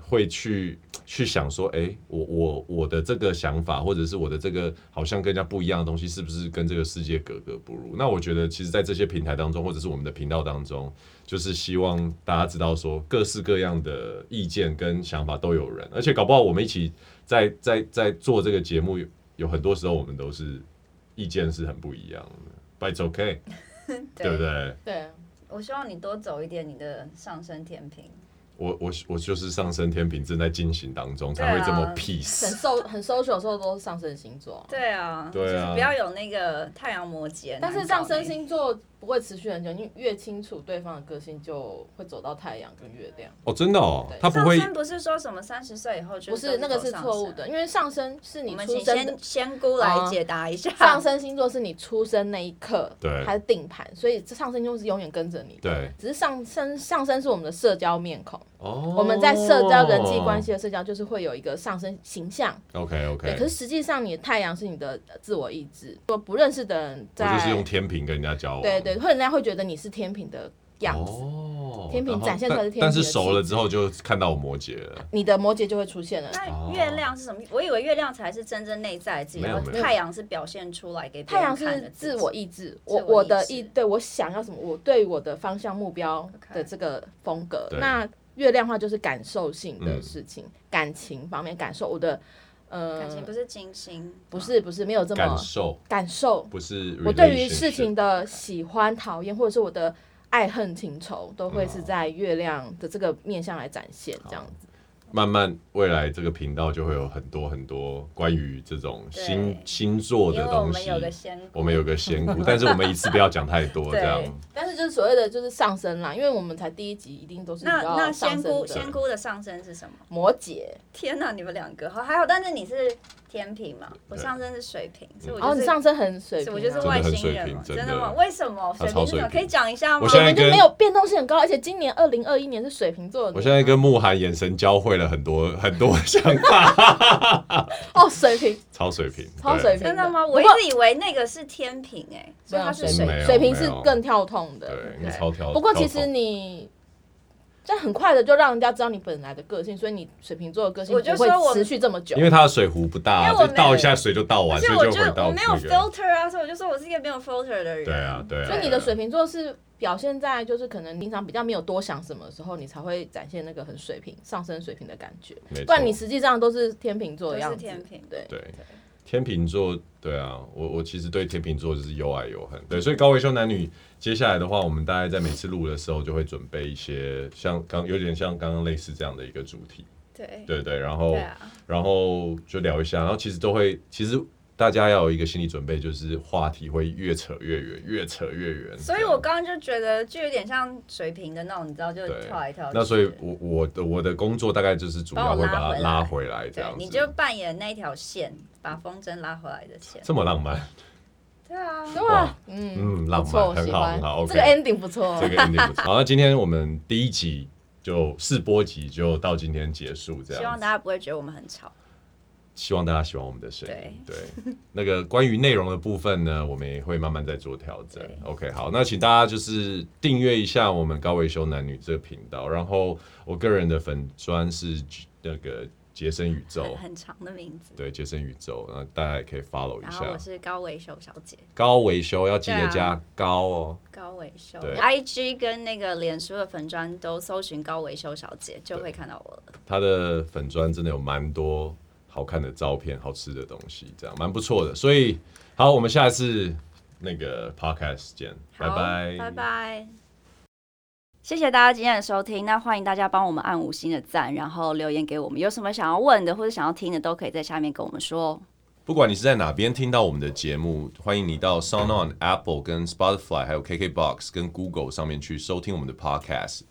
Speaker 2: 会去去想说，哎、我我我的这个想法，或者是我的这个好像跟人家不一样的东西，是不是跟这个世界格格不入？那我觉得，其实，在这些平台当中，或者是我们的频道当中，就是希望大家知道说，各式各样的意见跟想法都有人，而且搞不好我们一起在在在做这个节目，有很多时候我们都是意见是很不一样的，But it's okay，对不对？
Speaker 3: 对，
Speaker 1: 我希望你多走一点你的上升天平。
Speaker 2: 我我我就是上升天平正在进行当中，
Speaker 1: 对
Speaker 2: 才
Speaker 1: 啊
Speaker 2: 会这么
Speaker 3: 很
Speaker 2: peace。
Speaker 3: social 很 social 的时候都是上升星座，
Speaker 1: 对啊，
Speaker 2: 对啊
Speaker 1: 就是不要有那个太阳摩羯。
Speaker 3: 但是
Speaker 1: 难搞
Speaker 3: 上升
Speaker 1: 那一
Speaker 3: 星座不会持续很久，你越清楚对方的个性，就会走到太阳跟月亮。
Speaker 2: 哦，真的哦
Speaker 3: 对，
Speaker 2: 他不会
Speaker 1: 上升不是说什么三十岁以后就
Speaker 3: 不是那个
Speaker 1: 都
Speaker 3: 是
Speaker 1: 走上
Speaker 3: 错误
Speaker 1: 升。
Speaker 3: 的，因为上升是
Speaker 1: 我
Speaker 3: 你
Speaker 1: 们
Speaker 3: 出
Speaker 1: 请
Speaker 3: 生的啊
Speaker 1: 仙仙姑来解答一下。
Speaker 3: 上升星座是你出生那一刻，
Speaker 2: 对
Speaker 3: 它是定盘，所以这上升星座是永远跟着你的。
Speaker 2: 对
Speaker 3: 只是上升上升是我们的社交面孔，
Speaker 2: 哦。
Speaker 3: 我们在社交人际关系的社交就是会有一个上升形象。
Speaker 2: ，OK
Speaker 3: 对，可
Speaker 2: OK，
Speaker 3: 是实际上你的太阳是你的自我意志，说不认识的人
Speaker 2: 我
Speaker 3: 在，
Speaker 2: 就是用天平跟人家交往，
Speaker 3: 对对，会人家会觉得你是天平的样子，
Speaker 2: 哦
Speaker 3: 天平
Speaker 2: 然后
Speaker 3: 展现出来是
Speaker 2: 但
Speaker 3: 天平的
Speaker 2: 但是熟了之后就看到我摩羯了，
Speaker 3: 你的摩羯就会出现了。
Speaker 1: 那月亮是什么？我以为月亮才是真正内在的自己，
Speaker 2: 哦没有
Speaker 1: 然后
Speaker 2: 没有
Speaker 1: 太阳是表现出来给别
Speaker 3: 太
Speaker 1: 人
Speaker 3: 阳
Speaker 1: 看的
Speaker 3: 是自我
Speaker 1: 己。
Speaker 3: 意志，我
Speaker 1: 自我
Speaker 3: 我
Speaker 1: 意
Speaker 3: 的
Speaker 1: 志
Speaker 3: 意对我想要什么，我对我的方向目标
Speaker 1: OK
Speaker 3: 的这个风格。
Speaker 2: 对
Speaker 3: 那月亮的话就是感受性的
Speaker 2: 嗯
Speaker 3: 事情，感情方面感受我的呃，
Speaker 1: 感情啊不是金星，
Speaker 3: 不是不是没有这
Speaker 2: 感
Speaker 3: 么
Speaker 2: 受
Speaker 3: 感受。
Speaker 2: 不是
Speaker 3: 我对于
Speaker 2: relationship
Speaker 3: 事情的喜欢、讨厌，或者是我的爱恨情仇，都会
Speaker 2: 哦
Speaker 3: 是在月亮的这个面向来展现，这样子。
Speaker 2: 慢慢未来这个频道就会有很多很多关于这种星
Speaker 1: 对
Speaker 2: 星座
Speaker 1: 因
Speaker 2: 的
Speaker 1: 为我
Speaker 2: 东
Speaker 1: 们
Speaker 2: 西，
Speaker 1: 有个仙姑，
Speaker 2: 我们有个仙姑， 但是我们一次不要讲太 多，
Speaker 1: 对
Speaker 2: 这样
Speaker 3: 但是就是所谓的就是上升啦，因为我们才第一集，一定都是比
Speaker 1: 那
Speaker 3: 较
Speaker 1: 那
Speaker 3: 上
Speaker 1: 仙
Speaker 3: 升
Speaker 1: 姑
Speaker 3: 的
Speaker 1: 仙姑的上升是什么？
Speaker 3: 摩羯。
Speaker 1: 天哪，你们两个好还好，但是你是天平嘛，我
Speaker 2: 对
Speaker 1: 上升是水瓶，所以我
Speaker 3: 哦，
Speaker 1: 就
Speaker 3: 你
Speaker 1: 是。
Speaker 3: 上升很水
Speaker 1: 所
Speaker 3: 平、
Speaker 1: 以我
Speaker 3: 啊，
Speaker 1: 就是
Speaker 2: 的
Speaker 1: 外
Speaker 2: 很
Speaker 1: 星
Speaker 2: 水
Speaker 1: 人
Speaker 2: 瓶
Speaker 1: 嘛，
Speaker 2: 真
Speaker 1: 真
Speaker 2: 的
Speaker 1: 吗？为什么
Speaker 2: 他
Speaker 1: 水
Speaker 2: 超
Speaker 1: 瓶是什么？
Speaker 2: 水瓶
Speaker 1: 可以讲一下吗？
Speaker 2: 我现在
Speaker 3: 我们就
Speaker 2: 跟
Speaker 3: 没有变动性很高，而且今年二零二一年是水瓶座的年啊。
Speaker 2: 我现在跟慕寒眼神交汇了很多很多想法，
Speaker 3: 哦水瓶
Speaker 2: 超水平，对
Speaker 3: 超水平，
Speaker 1: 真的吗？
Speaker 3: 不
Speaker 1: 我
Speaker 3: 过
Speaker 1: 一直以为那个是天平哎、所以它是
Speaker 3: 没
Speaker 1: 水
Speaker 3: 有
Speaker 1: 瓶。
Speaker 2: 哦没有
Speaker 3: 水瓶是
Speaker 2: 没有
Speaker 3: 更跳痛的。
Speaker 2: 对，
Speaker 1: 对
Speaker 2: 你超挑。
Speaker 3: 不过其
Speaker 2: 超
Speaker 3: 实
Speaker 2: 痛
Speaker 3: 你，但很快的就让人家知道你本来的个性，所以你水瓶座的个性
Speaker 1: 我就
Speaker 3: 不会
Speaker 1: 说我
Speaker 3: 持续这么久
Speaker 2: 因。为他的水壶不大啊，
Speaker 1: 因为我
Speaker 2: 就
Speaker 1: 没有
Speaker 2: 倒一下水就倒
Speaker 1: 而
Speaker 2: 完，
Speaker 1: 且
Speaker 2: 所以
Speaker 1: 我
Speaker 2: 就
Speaker 1: 就
Speaker 2: 回到
Speaker 1: 我没有
Speaker 2: 那个。
Speaker 1: filter 啊，所以我就说我是一个没有 filter 的人。
Speaker 2: 对啊，对啊。
Speaker 3: 所以你的水
Speaker 2: 对啊
Speaker 3: 瓶座是表现在就是可能平常比较没有多想什么的时候，你才会展现那个很水平上升水平的感觉。
Speaker 2: 没错
Speaker 3: 不然你实际上都是天秤座的
Speaker 1: 都
Speaker 3: 样
Speaker 1: 是
Speaker 3: 子。
Speaker 1: 天平
Speaker 3: 对，
Speaker 2: 对天秤座，对啊，我我其实对天秤座就是又爱又恨。对，所以高维修男女接下来的话，我们大概在每次录的时候就会准备一些像刚有点像刚刚类似这样的一个主题，
Speaker 1: 对
Speaker 2: 对哦对，然后
Speaker 1: 对啊，
Speaker 2: 然后就聊一下，然后其实都会，其实大家要有一个心理准备，就是话题会越扯越远，越扯越远。
Speaker 1: 所以
Speaker 2: 这样
Speaker 1: 我刚刚就觉得就有点像水平的那种，你知道，就
Speaker 2: 对
Speaker 1: 跳来跳去。
Speaker 2: 那所以我，我的我的工作大概就是主要会把它拉
Speaker 1: 把我拉
Speaker 2: 回来这
Speaker 1: 对
Speaker 2: 样，子。
Speaker 1: 你就扮演那一条线，把风筝拉回来的线。
Speaker 2: 这么浪漫，
Speaker 1: 对啊，
Speaker 3: 对
Speaker 2: 哇
Speaker 3: 吧？嗯，
Speaker 2: 嗯，
Speaker 3: 不
Speaker 2: 浪
Speaker 3: 错，
Speaker 2: 漫，
Speaker 3: 我
Speaker 2: 很
Speaker 3: 喜
Speaker 2: 好，
Speaker 3: 欢
Speaker 2: 很好。OK，
Speaker 3: 这个 ending 不错。
Speaker 2: 这个 ending 不错。好，那今天我们第一集就试播集就到今天结束，这样子。
Speaker 1: 希望大家不会觉得我们很吵。
Speaker 2: 希望大家喜欢我们的声音。对，那个关于内容的部分呢，我们也会慢慢再做调整
Speaker 1: 对。
Speaker 2: OK，好，那请大家就是订阅一下我们高维修男女这个频道，然后我个人的粉砖是那个杰森宇宙
Speaker 1: 很，很长的名字。
Speaker 2: 对，杰森宇宙，然后大家也可以 follow 一
Speaker 1: 然后我
Speaker 2: 下。
Speaker 1: 是高维修小姐，
Speaker 2: 高维修要记
Speaker 1: 对
Speaker 2: 得
Speaker 1: 啊
Speaker 2: 加高哦，
Speaker 1: 高维修
Speaker 2: 对
Speaker 1: ，IG 跟那个脸书的粉砖都搜寻高维修小姐，就会看到我了。
Speaker 2: 他的粉砖真的有蛮多好看的照片、好吃的东西，这样蛮不错的。所以好，我们下次那个 podcast 见，拜
Speaker 1: 好
Speaker 2: 拜，
Speaker 1: 拜拜。谢谢大家今天的收听，那欢迎大家帮我们按五星的赞，然后留言给我们，有什么想要问的或者想要听的，都可以在下面跟我们说哦。
Speaker 2: 不管你是在哪边听到我们的节目，欢迎你到 SoundOn、Apple、跟 Spotify、还有 KKBox、跟 Google 上面去收听我们的 Podcast。